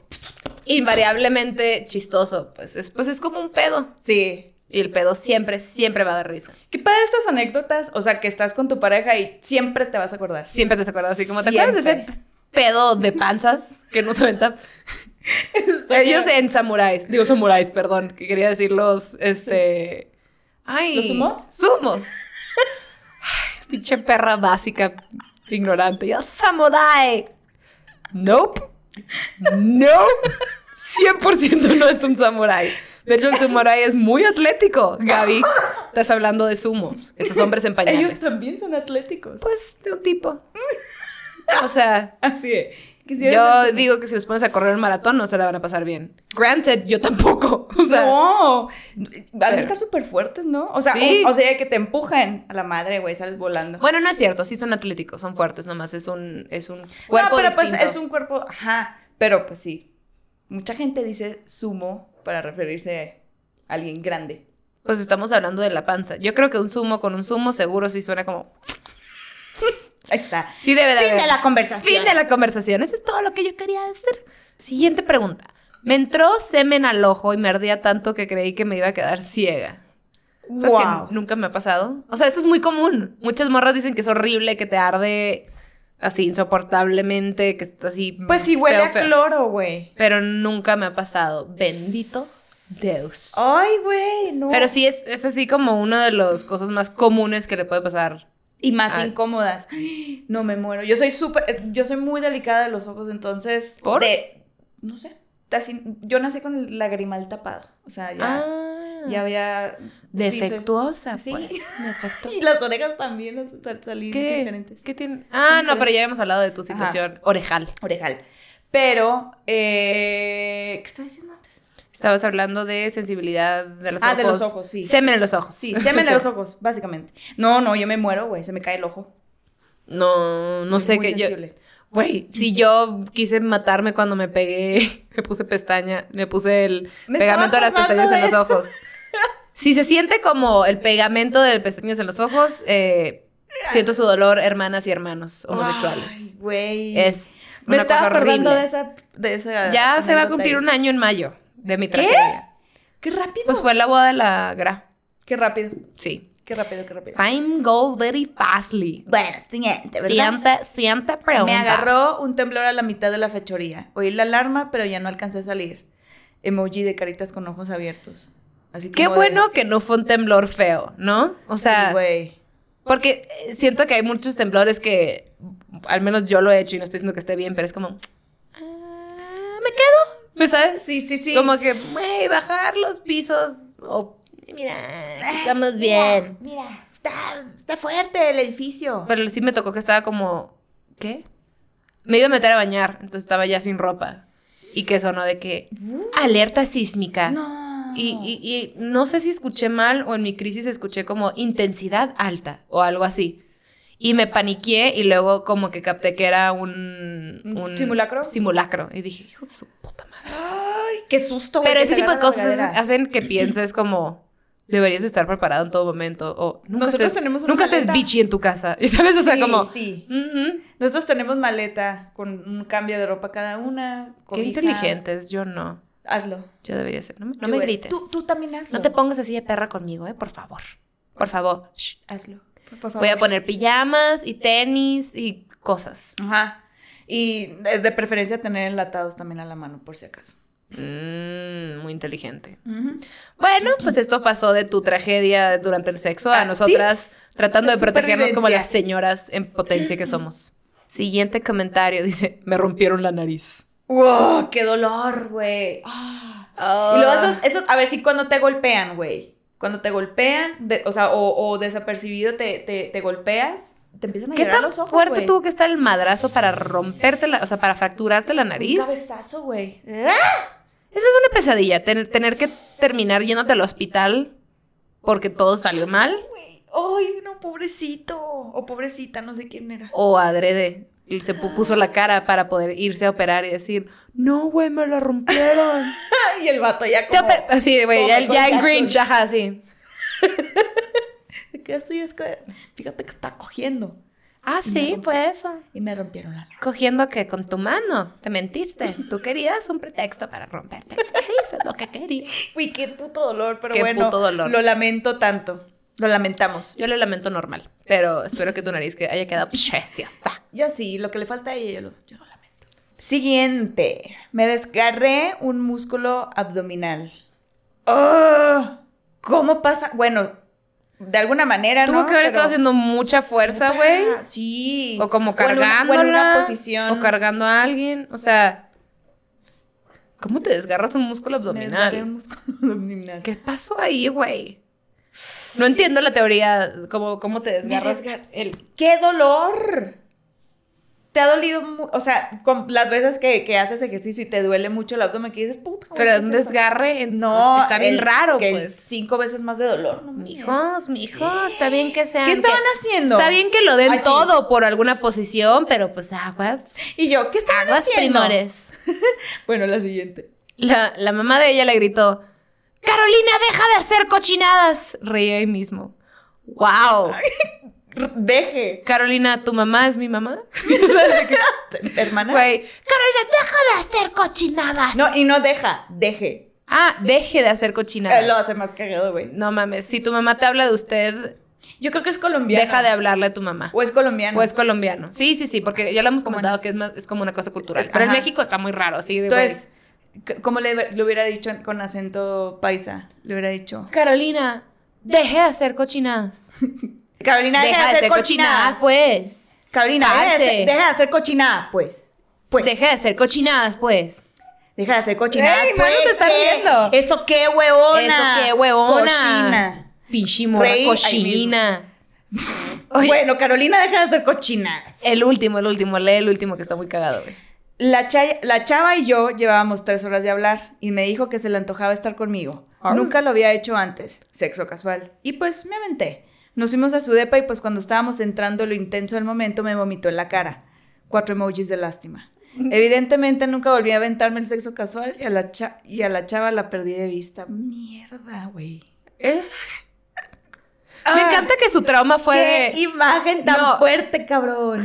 [SPEAKER 2] invariablemente chistoso. Pues es, pues es como un pedo.
[SPEAKER 1] sí.
[SPEAKER 2] Y el pedo siempre, siempre va a dar risa.
[SPEAKER 1] Qué padre estas anécdotas, o sea, que estás con tu pareja y siempre te vas a acordar.
[SPEAKER 2] Siempre te has acordado así como, ¿te
[SPEAKER 1] Siempre. Pues
[SPEAKER 2] acuerdas de ese pedo de panzas que nos aventaba?
[SPEAKER 1] Está
[SPEAKER 2] Ellos
[SPEAKER 1] bien.
[SPEAKER 2] en samuráis, digo samuráis, perdón, que quería decir los, este... Ay,
[SPEAKER 1] ¿Los sumos?
[SPEAKER 2] Sumos. Ay, pinche perra básica, ignorante. Yo, samurái. Nope. Nope. 100% no es un samurái. De hecho, el samurái es muy atlético, Gaby. Estás hablando de sumos. Esos hombres en pañales.
[SPEAKER 1] Ellos también son atléticos.
[SPEAKER 2] Pues de un tipo. O sea,
[SPEAKER 1] Así es. Quisiera
[SPEAKER 2] yo digo que si los pones a correr un maratón no se la van a pasar bien. Granted, yo tampoco. O sea,
[SPEAKER 1] no, van a
[SPEAKER 2] pero-
[SPEAKER 1] estar súper fuertes, ¿no? O sea,
[SPEAKER 2] Sí.
[SPEAKER 1] un- o sea, que te empujan a la madre, güey, sales volando.
[SPEAKER 2] bueno, no es cierto, sí son atléticos, son fuertes, nomás es un es un
[SPEAKER 1] Bueno,
[SPEAKER 2] cuerpo
[SPEAKER 1] no, pero pues
[SPEAKER 2] distinto.
[SPEAKER 1] es un cuerpo, ajá, pero pues sí. Mucha gente dice sumo para referirse a alguien grande.
[SPEAKER 2] Pues estamos hablando de la panza. Yo creo que un sumo con un sumo seguro sí suena como
[SPEAKER 1] Ahí está.
[SPEAKER 2] sí debe de haber.
[SPEAKER 1] conversación.
[SPEAKER 2] Fin de la conversación. Eso es todo lo que yo quería decir. Siguiente pregunta. Me entró semen al ojo y me ardía tanto que creí que me iba a quedar ciega. ¿Sabes
[SPEAKER 1] Wow.
[SPEAKER 2] que nunca me ha pasado? O sea, esto es muy común. Muchas morras dicen que es horrible, que te arde así insoportablemente, que está así.
[SPEAKER 1] Pues sí
[SPEAKER 2] feo,
[SPEAKER 1] huele a
[SPEAKER 2] Mm, feo.
[SPEAKER 1] cloro, güey.
[SPEAKER 2] Pero nunca me ha pasado. Bendito Dios.
[SPEAKER 1] Ay, güey, Oh, no.
[SPEAKER 2] Pero sí es, es así como una de las cosas más comunes que le puede pasar.
[SPEAKER 1] Y más
[SPEAKER 2] Ah.
[SPEAKER 1] incómodas. No me muero. Yo soy súper, yo soy muy delicada de los ojos, entonces.
[SPEAKER 2] ¿Por?
[SPEAKER 1] De, no sé. Así- yo nací con el lagrimal tapado. O sea, ya,
[SPEAKER 2] Ah,
[SPEAKER 1] ya había.
[SPEAKER 2] defectuosa,
[SPEAKER 1] Sí.
[SPEAKER 2] pues. Defectuosa.
[SPEAKER 1] Y las orejas también las sal- salí
[SPEAKER 2] ¿Qué?
[SPEAKER 1] diferentes.
[SPEAKER 2] ¿Qué tiene? Ah, no,
[SPEAKER 1] Diferentes.
[SPEAKER 2] pero ya habíamos hablado de tu situación orejal.
[SPEAKER 1] Orejal. Pero, eh, ¿qué estaba diciendo antes?
[SPEAKER 2] Estabas hablando de sensibilidad de los
[SPEAKER 1] Ah,
[SPEAKER 2] ojos.
[SPEAKER 1] de los ojos, sí.
[SPEAKER 2] Semen en los ojos.
[SPEAKER 1] Sí, semen en los ojos, básicamente. No, no, yo me muero, güey. Se me cae el ojo.
[SPEAKER 2] No, no sé
[SPEAKER 1] Muy
[SPEAKER 2] qué. Yo,
[SPEAKER 1] sensible.
[SPEAKER 2] Güey, si yo quise matarme cuando me pegué, me puse pestaña, me puse el
[SPEAKER 1] Me
[SPEAKER 2] pegamento de
[SPEAKER 1] estaba
[SPEAKER 2] las pestañas en
[SPEAKER 1] acordando
[SPEAKER 2] los
[SPEAKER 1] de
[SPEAKER 2] ojos. Si se siente como el pegamento de pestañas en los ojos, eh, siento su dolor, hermanas y hermanos homosexuales.
[SPEAKER 1] Ay, güey.
[SPEAKER 2] es
[SPEAKER 1] Me
[SPEAKER 2] una
[SPEAKER 1] estaba
[SPEAKER 2] cosa
[SPEAKER 1] acordando
[SPEAKER 2] horrible.
[SPEAKER 1] de esa, de esa.
[SPEAKER 2] Ya se va a
[SPEAKER 1] anécdota
[SPEAKER 2] cumplir
[SPEAKER 1] ahí.
[SPEAKER 2] un año en mayo de mi
[SPEAKER 1] ¿Qué?
[SPEAKER 2] tragedia.
[SPEAKER 1] Qué rápido.
[SPEAKER 2] Pues fue la boda de la Gra.
[SPEAKER 1] Qué rápido,
[SPEAKER 2] Sí.
[SPEAKER 1] qué rápido, qué rápido.
[SPEAKER 2] Time goes very fastly.
[SPEAKER 1] Bueno, siguiente,
[SPEAKER 2] Siguiente, siguiente pregunta.
[SPEAKER 1] Me agarró un temblor a la mitad de la fechoría. Oí la alarma, pero ya no alcancé a salir. Emoji de caritas con ojos abiertos. Así
[SPEAKER 2] Qué
[SPEAKER 1] como de-
[SPEAKER 2] bueno que no fue un temblor feo, ¿no? O sea,
[SPEAKER 1] Sí, güey.
[SPEAKER 2] Porque eh, siento que hay muchos temblores que al menos yo lo he hecho y no estoy diciendo que esté bien, pero es como "Ah, me quedo, ¿me sabes?
[SPEAKER 1] Sí, sí, sí.
[SPEAKER 2] Como que "Güey, bajar los pisos o mira, aquí estamos bien.
[SPEAKER 1] Mira, está, está fuerte el edificio.
[SPEAKER 2] Pero sí me tocó que estaba como ¿qué? Me iba a meter a bañar, entonces estaba ya sin ropa y que sonó de que alerta sísmica.
[SPEAKER 1] No.
[SPEAKER 2] Y, y- y no sé si escuché mal o en mi crisis escuché como intensidad alta o algo así. Y me paniqué y luego como que capté que era un...
[SPEAKER 1] ¿Un simulacro?
[SPEAKER 2] Simulacro. Y dije, hijo de su puta madre.
[SPEAKER 1] Ay, qué susto, güey.
[SPEAKER 2] Pero
[SPEAKER 1] que
[SPEAKER 2] ese
[SPEAKER 1] se
[SPEAKER 2] tipo de
[SPEAKER 1] agarra la
[SPEAKER 2] cosas
[SPEAKER 1] regadera.
[SPEAKER 2] hacen que pienses como... Deberías estar preparado en todo momento o nunca
[SPEAKER 1] Nosotros
[SPEAKER 2] estés,
[SPEAKER 1] tenemos una
[SPEAKER 2] nunca estés
[SPEAKER 1] maleta.
[SPEAKER 2] bitchy en tu casa. Y sabes, o sea,
[SPEAKER 1] Sí,
[SPEAKER 2] como...
[SPEAKER 1] Sí.
[SPEAKER 2] "Ujú".
[SPEAKER 1] Nosotros tenemos maleta con un cambio de ropa cada una.
[SPEAKER 2] Qué
[SPEAKER 1] cobija.
[SPEAKER 2] inteligentes, yo no.
[SPEAKER 1] Hazlo.
[SPEAKER 2] Yo debería ser. No, me- no
[SPEAKER 1] Yo
[SPEAKER 2] me
[SPEAKER 1] era-
[SPEAKER 2] grites.
[SPEAKER 1] Tú, tú también hazlo.
[SPEAKER 2] no te pongas así de perra conmigo, ¿eh? Por favor. Por favor. Shh.
[SPEAKER 1] Hazlo. Por favor.
[SPEAKER 2] Voy a poner pijamas y tenis y cosas.
[SPEAKER 1] Ajá. Y de de preferencia tener enlatados también a la mano, por si acaso.
[SPEAKER 2] Mm, muy inteligente. Bueno, pues esto pasó de tu tragedia durante el sexo a
[SPEAKER 1] Ah,
[SPEAKER 2] nosotras tratando de
[SPEAKER 1] de
[SPEAKER 2] protegernos como
[SPEAKER 1] supervivencia.
[SPEAKER 2] las señoras en potencia que somos. Siguiente comentario dice, me rompieron la nariz.
[SPEAKER 1] ¡Wow! ¡Qué dolor, güey! Ah. Y luego esos, esos- a ver si cuando te golpean, güey. Cuando te golpean, de- o sea, o, o desapercibido te, te, te golpeas, te empiezan a
[SPEAKER 2] ¿Qué
[SPEAKER 1] llorar
[SPEAKER 2] tan
[SPEAKER 1] los ojos,
[SPEAKER 2] fuerte
[SPEAKER 1] güey.
[SPEAKER 2] tuvo que estar el madrazo para romperte la, o sea, para fracturarte la
[SPEAKER 1] Un
[SPEAKER 2] nariz? Esa
[SPEAKER 1] cabezazo, güey. Eh,
[SPEAKER 2] es una pesadilla, tener, tener que terminar yéndote al hospital porque todo salió mal.
[SPEAKER 1] Güey, Ay, no, pobrecito. O pobrecita, no sé quién era.
[SPEAKER 2] o adrede. Y se pu- puso la cara para poder irse a operar y decir, no, güey, me la rompieron.
[SPEAKER 1] Y el vato ya
[SPEAKER 2] Te
[SPEAKER 1] como...
[SPEAKER 2] oper- Así, güey,
[SPEAKER 1] como
[SPEAKER 2] ya,
[SPEAKER 1] Michael
[SPEAKER 2] ya en
[SPEAKER 1] Jackson.
[SPEAKER 2] Grinch, ajá, así.
[SPEAKER 1] ¿Qué estoy? Es que- Fíjate que está cogiendo.
[SPEAKER 2] Ah,
[SPEAKER 1] Y me
[SPEAKER 2] sí,
[SPEAKER 1] rompí-
[SPEAKER 2] fue eso.
[SPEAKER 1] Y me rompieron la lengua.
[SPEAKER 2] Cogiendo que con tu mano te mentiste. Tú querías un pretexto para romperte. la nariz, es lo que querías.
[SPEAKER 1] Fui, qué puto dolor, pero
[SPEAKER 2] Qué
[SPEAKER 1] bueno.
[SPEAKER 2] puto dolor.
[SPEAKER 1] Lo lamento tanto. Lo lamentamos.
[SPEAKER 2] Yo le lamento normal, pero espero que tu nariz que haya quedado preciosa.
[SPEAKER 1] Yo sí, lo que le falta a ella, yo lo, yo lo lamento. Siguiente. Me desgarré un músculo abdominal. ¡Oh! ¿Cómo pasa? Bueno, de alguna manera,
[SPEAKER 2] Tuvo
[SPEAKER 1] ¿no?
[SPEAKER 2] que haber
[SPEAKER 1] Pero-
[SPEAKER 2] estado haciendo mucha fuerza,
[SPEAKER 1] Puta,
[SPEAKER 2] güey.
[SPEAKER 1] Sí.
[SPEAKER 2] O como
[SPEAKER 1] en una-
[SPEAKER 2] cargándola.
[SPEAKER 1] O en una posición.
[SPEAKER 2] O cargando a alguien. O sea, ¿cómo te desgarras un músculo
[SPEAKER 1] Me desgarré un
[SPEAKER 2] abdominal?
[SPEAKER 1] músculo abdominal.
[SPEAKER 2] ¿Qué pasó ahí, güey? No entiendo la teoría, cómo, cómo te
[SPEAKER 1] Me
[SPEAKER 2] desgarras.
[SPEAKER 1] desgar- el- ¡Qué dolor! ¿Te ha dolido? mu- O sea, con las veces que, que haces ejercicio y te duele mucho el abdomen, que dices, puta, güey,
[SPEAKER 2] Pero
[SPEAKER 1] ¿qué
[SPEAKER 2] es un
[SPEAKER 1] es esto?"
[SPEAKER 2] desgarre, en- pues,
[SPEAKER 1] No,
[SPEAKER 2] está bien
[SPEAKER 1] el-
[SPEAKER 2] raro,
[SPEAKER 1] que
[SPEAKER 2] pues.
[SPEAKER 1] Cinco veces más de dolor. no mames.
[SPEAKER 2] Mijos, mijos, está bien que sean.
[SPEAKER 1] ¿Qué estaban
[SPEAKER 2] que-
[SPEAKER 1] haciendo?
[SPEAKER 2] Está bien que lo den
[SPEAKER 1] Ay, sí.
[SPEAKER 2] todo por alguna posición, pero pues aguas,
[SPEAKER 1] Y yo, ¿qué estaban
[SPEAKER 2] aguas
[SPEAKER 1] haciendo?
[SPEAKER 2] primores.
[SPEAKER 1] Bueno, la siguiente.
[SPEAKER 2] La, la mamá de ella le gritó, Carolina, deja de hacer cochinadas. Reía ahí mismo. ¡Wow!
[SPEAKER 1] R- Deje,
[SPEAKER 2] Carolina, ¿tu mamá es mi mamá?
[SPEAKER 1] hermana.
[SPEAKER 2] Güey, Carolina, deja de hacer cochinadas.
[SPEAKER 1] No, y no deja, deje.
[SPEAKER 2] Ah, deje de hacer cochinadas.
[SPEAKER 1] Eh, Lo hace más cagado, güey.
[SPEAKER 2] No mames, si tu mamá te habla de usted,
[SPEAKER 1] Yo creo que es colombiana.
[SPEAKER 2] deja de hablarle a tu mamá.
[SPEAKER 1] O es colombiana.
[SPEAKER 2] O es colombiano. Sí, sí, sí, porque ya lo hemos
[SPEAKER 1] Como
[SPEAKER 2] comentado que es, más- es como una cosa cultural.
[SPEAKER 1] Es-
[SPEAKER 2] Pero en
[SPEAKER 1] ajá.
[SPEAKER 2] México está muy raro, sí. de,
[SPEAKER 1] Entonces, c- ¿cómo le, le hubiera dicho con acento paisa? Le hubiera dicho.
[SPEAKER 2] güey, Carolina, deje de hacer cochinadas.
[SPEAKER 1] Carolina, deja, de hacer cochinadas.
[SPEAKER 2] pues.
[SPEAKER 1] Carolina, deja de,
[SPEAKER 2] Parce.
[SPEAKER 1] hacer- deja de hacer cochinada, pues. Pues.
[SPEAKER 2] Deje de hacer cochinadas, pues.
[SPEAKER 1] deja de hacer cochinada.
[SPEAKER 2] Ey,
[SPEAKER 1] pues.
[SPEAKER 2] mano, te estás
[SPEAKER 1] ¿Qué?
[SPEAKER 2] riendo.
[SPEAKER 1] Eso qué huevona.
[SPEAKER 2] Eso qué huevona.
[SPEAKER 1] Cochina.
[SPEAKER 2] Pinche morra
[SPEAKER 1] Rey, ahí
[SPEAKER 2] cochina. Pues. Oye,
[SPEAKER 1] Bueno, Carolina, deja de hacer cochinadas.
[SPEAKER 2] el último, el último, lee el último que está muy cagado, güey.
[SPEAKER 1] La, chay- la chava y yo llevábamos tres horas de hablar y me dijo que se le antojaba estar conmigo. Nunca lo había hecho antes, sexo casual. Y pues me aventé. Nos fuimos a su depa y pues cuando estábamos entrando en lo intenso del momento me vomitó en la cara. Cuatro emojis de lástima. Evidentemente nunca volví a aventarme el sexo casual y a la, cha- y a la chava la perdí de vista. Mierda, güey.
[SPEAKER 2] Eh, Me
[SPEAKER 1] Ah,
[SPEAKER 2] encanta que su trauma fue
[SPEAKER 1] ¡Qué
[SPEAKER 2] de-
[SPEAKER 1] imagen tan
[SPEAKER 2] No.
[SPEAKER 1] fuerte, cabrón!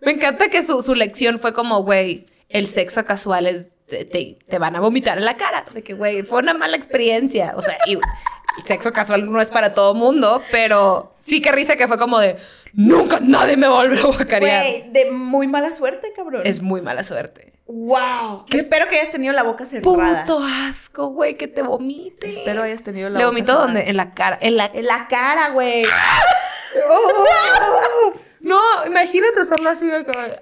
[SPEAKER 2] Me encanta que su, su lección fue como, güey, el sexo casual es... Te, te- te van a vomitar en la cara. De que, güey, fue una mala experiencia. O sea, y, el sexo casual no es para todo mundo, pero sí que risa que fue como de... Nunca nadie me volverá a guacarear.
[SPEAKER 1] Güey, de muy mala suerte, cabrón.
[SPEAKER 2] Es muy mala suerte.
[SPEAKER 1] ¡Wow! Espero que hayas tenido la boca cerrada.
[SPEAKER 2] Puto asco, güey, que te vomite.
[SPEAKER 1] Espero hayas tenido la
[SPEAKER 2] ¿Le
[SPEAKER 1] boca
[SPEAKER 2] vomitó
[SPEAKER 1] cerrada.
[SPEAKER 2] dónde? En la cara. En la...
[SPEAKER 1] En la cara, güey.
[SPEAKER 2] No, imagínate hacerlo así de que-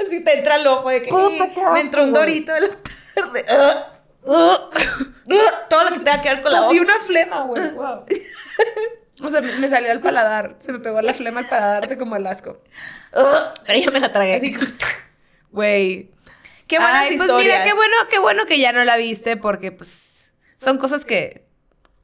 [SPEAKER 1] Así te entra el ojo de que
[SPEAKER 2] Puta,
[SPEAKER 1] "Eh,
[SPEAKER 2] qué asco,
[SPEAKER 1] me entró un
[SPEAKER 2] güey".
[SPEAKER 1] dorito de la tarde. Ah, ah, ah, Todo lo que tenga que ver con la
[SPEAKER 2] Tosí
[SPEAKER 1] boca.
[SPEAKER 2] una flema, güey. Wow. O sea, me me salió al paladar. Se me pegó la flema al paladar de como el asco.
[SPEAKER 1] Ah,
[SPEAKER 2] Pero yo me la tragué.
[SPEAKER 1] así.
[SPEAKER 2] Güey.
[SPEAKER 1] Qué buenas
[SPEAKER 2] Ay,
[SPEAKER 1] historias.
[SPEAKER 2] Pues mira, qué bueno, qué bueno que ya no la viste porque, pues, son cosas que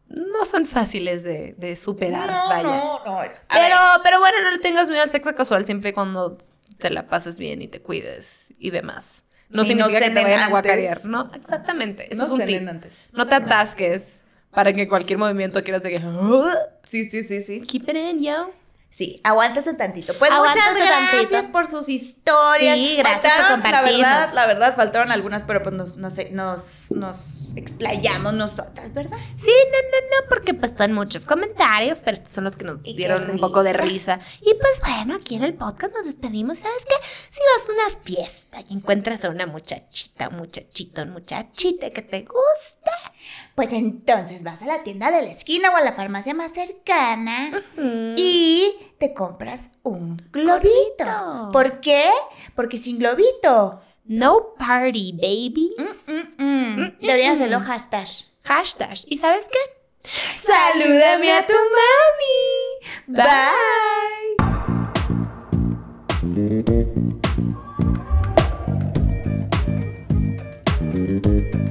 [SPEAKER 2] no son fáciles de, de superar.
[SPEAKER 1] No,
[SPEAKER 2] vaya.
[SPEAKER 1] no, no. A
[SPEAKER 2] Pero,
[SPEAKER 1] ver,
[SPEAKER 2] pero bueno, no le tengas miedo al sexo casual siempre y cuando te la pases bien y te cuides y demás. No
[SPEAKER 1] Y no
[SPEAKER 2] significa que te
[SPEAKER 1] cenen
[SPEAKER 2] vayan a
[SPEAKER 1] antes.
[SPEAKER 2] guacarear, ¿no? Exactamente. Eso
[SPEAKER 1] no
[SPEAKER 2] es un
[SPEAKER 1] cenen
[SPEAKER 2] tip.
[SPEAKER 1] antes.
[SPEAKER 2] No te atasques para que cualquier movimiento quieras de que.
[SPEAKER 1] Sí, sí, sí, sí.
[SPEAKER 2] Keep it in, yo.
[SPEAKER 1] Sí, aguántate tantito. Pues
[SPEAKER 2] Aguántate
[SPEAKER 1] muchas gracias
[SPEAKER 2] tantito.
[SPEAKER 1] por sus historias.
[SPEAKER 2] Sí, gracias por
[SPEAKER 1] la verdad,
[SPEAKER 2] compartirnos.
[SPEAKER 1] la verdad, faltaron algunas, pero pues nos, nos, nos, nos explayamos nosotras, ¿verdad?
[SPEAKER 2] Sí, no, no, no, porque pues son muchos comentarios, pero estos son los que nos
[SPEAKER 1] Y qué
[SPEAKER 2] dieron un poco de risa. Y pues bueno, aquí en el podcast nos despedimos. ¿Sabes qué? Si vas a una fiesta y encuentras a una muchachita, un muchachito, un muchachita que te gusta,
[SPEAKER 3] Pues entonces vas a la tienda de la esquina o a la farmacia más cercana y te compras un globito.
[SPEAKER 2] Correcto.
[SPEAKER 3] ¿Por qué? Porque sin globito
[SPEAKER 2] no party, babies.
[SPEAKER 1] Hum.
[SPEAKER 3] mm, mm, deberían hacerlo hashtag.
[SPEAKER 2] Hashtag. ¿Y sabes qué?
[SPEAKER 1] Salúdame a tu mami. Bye.
[SPEAKER 4] Thank you.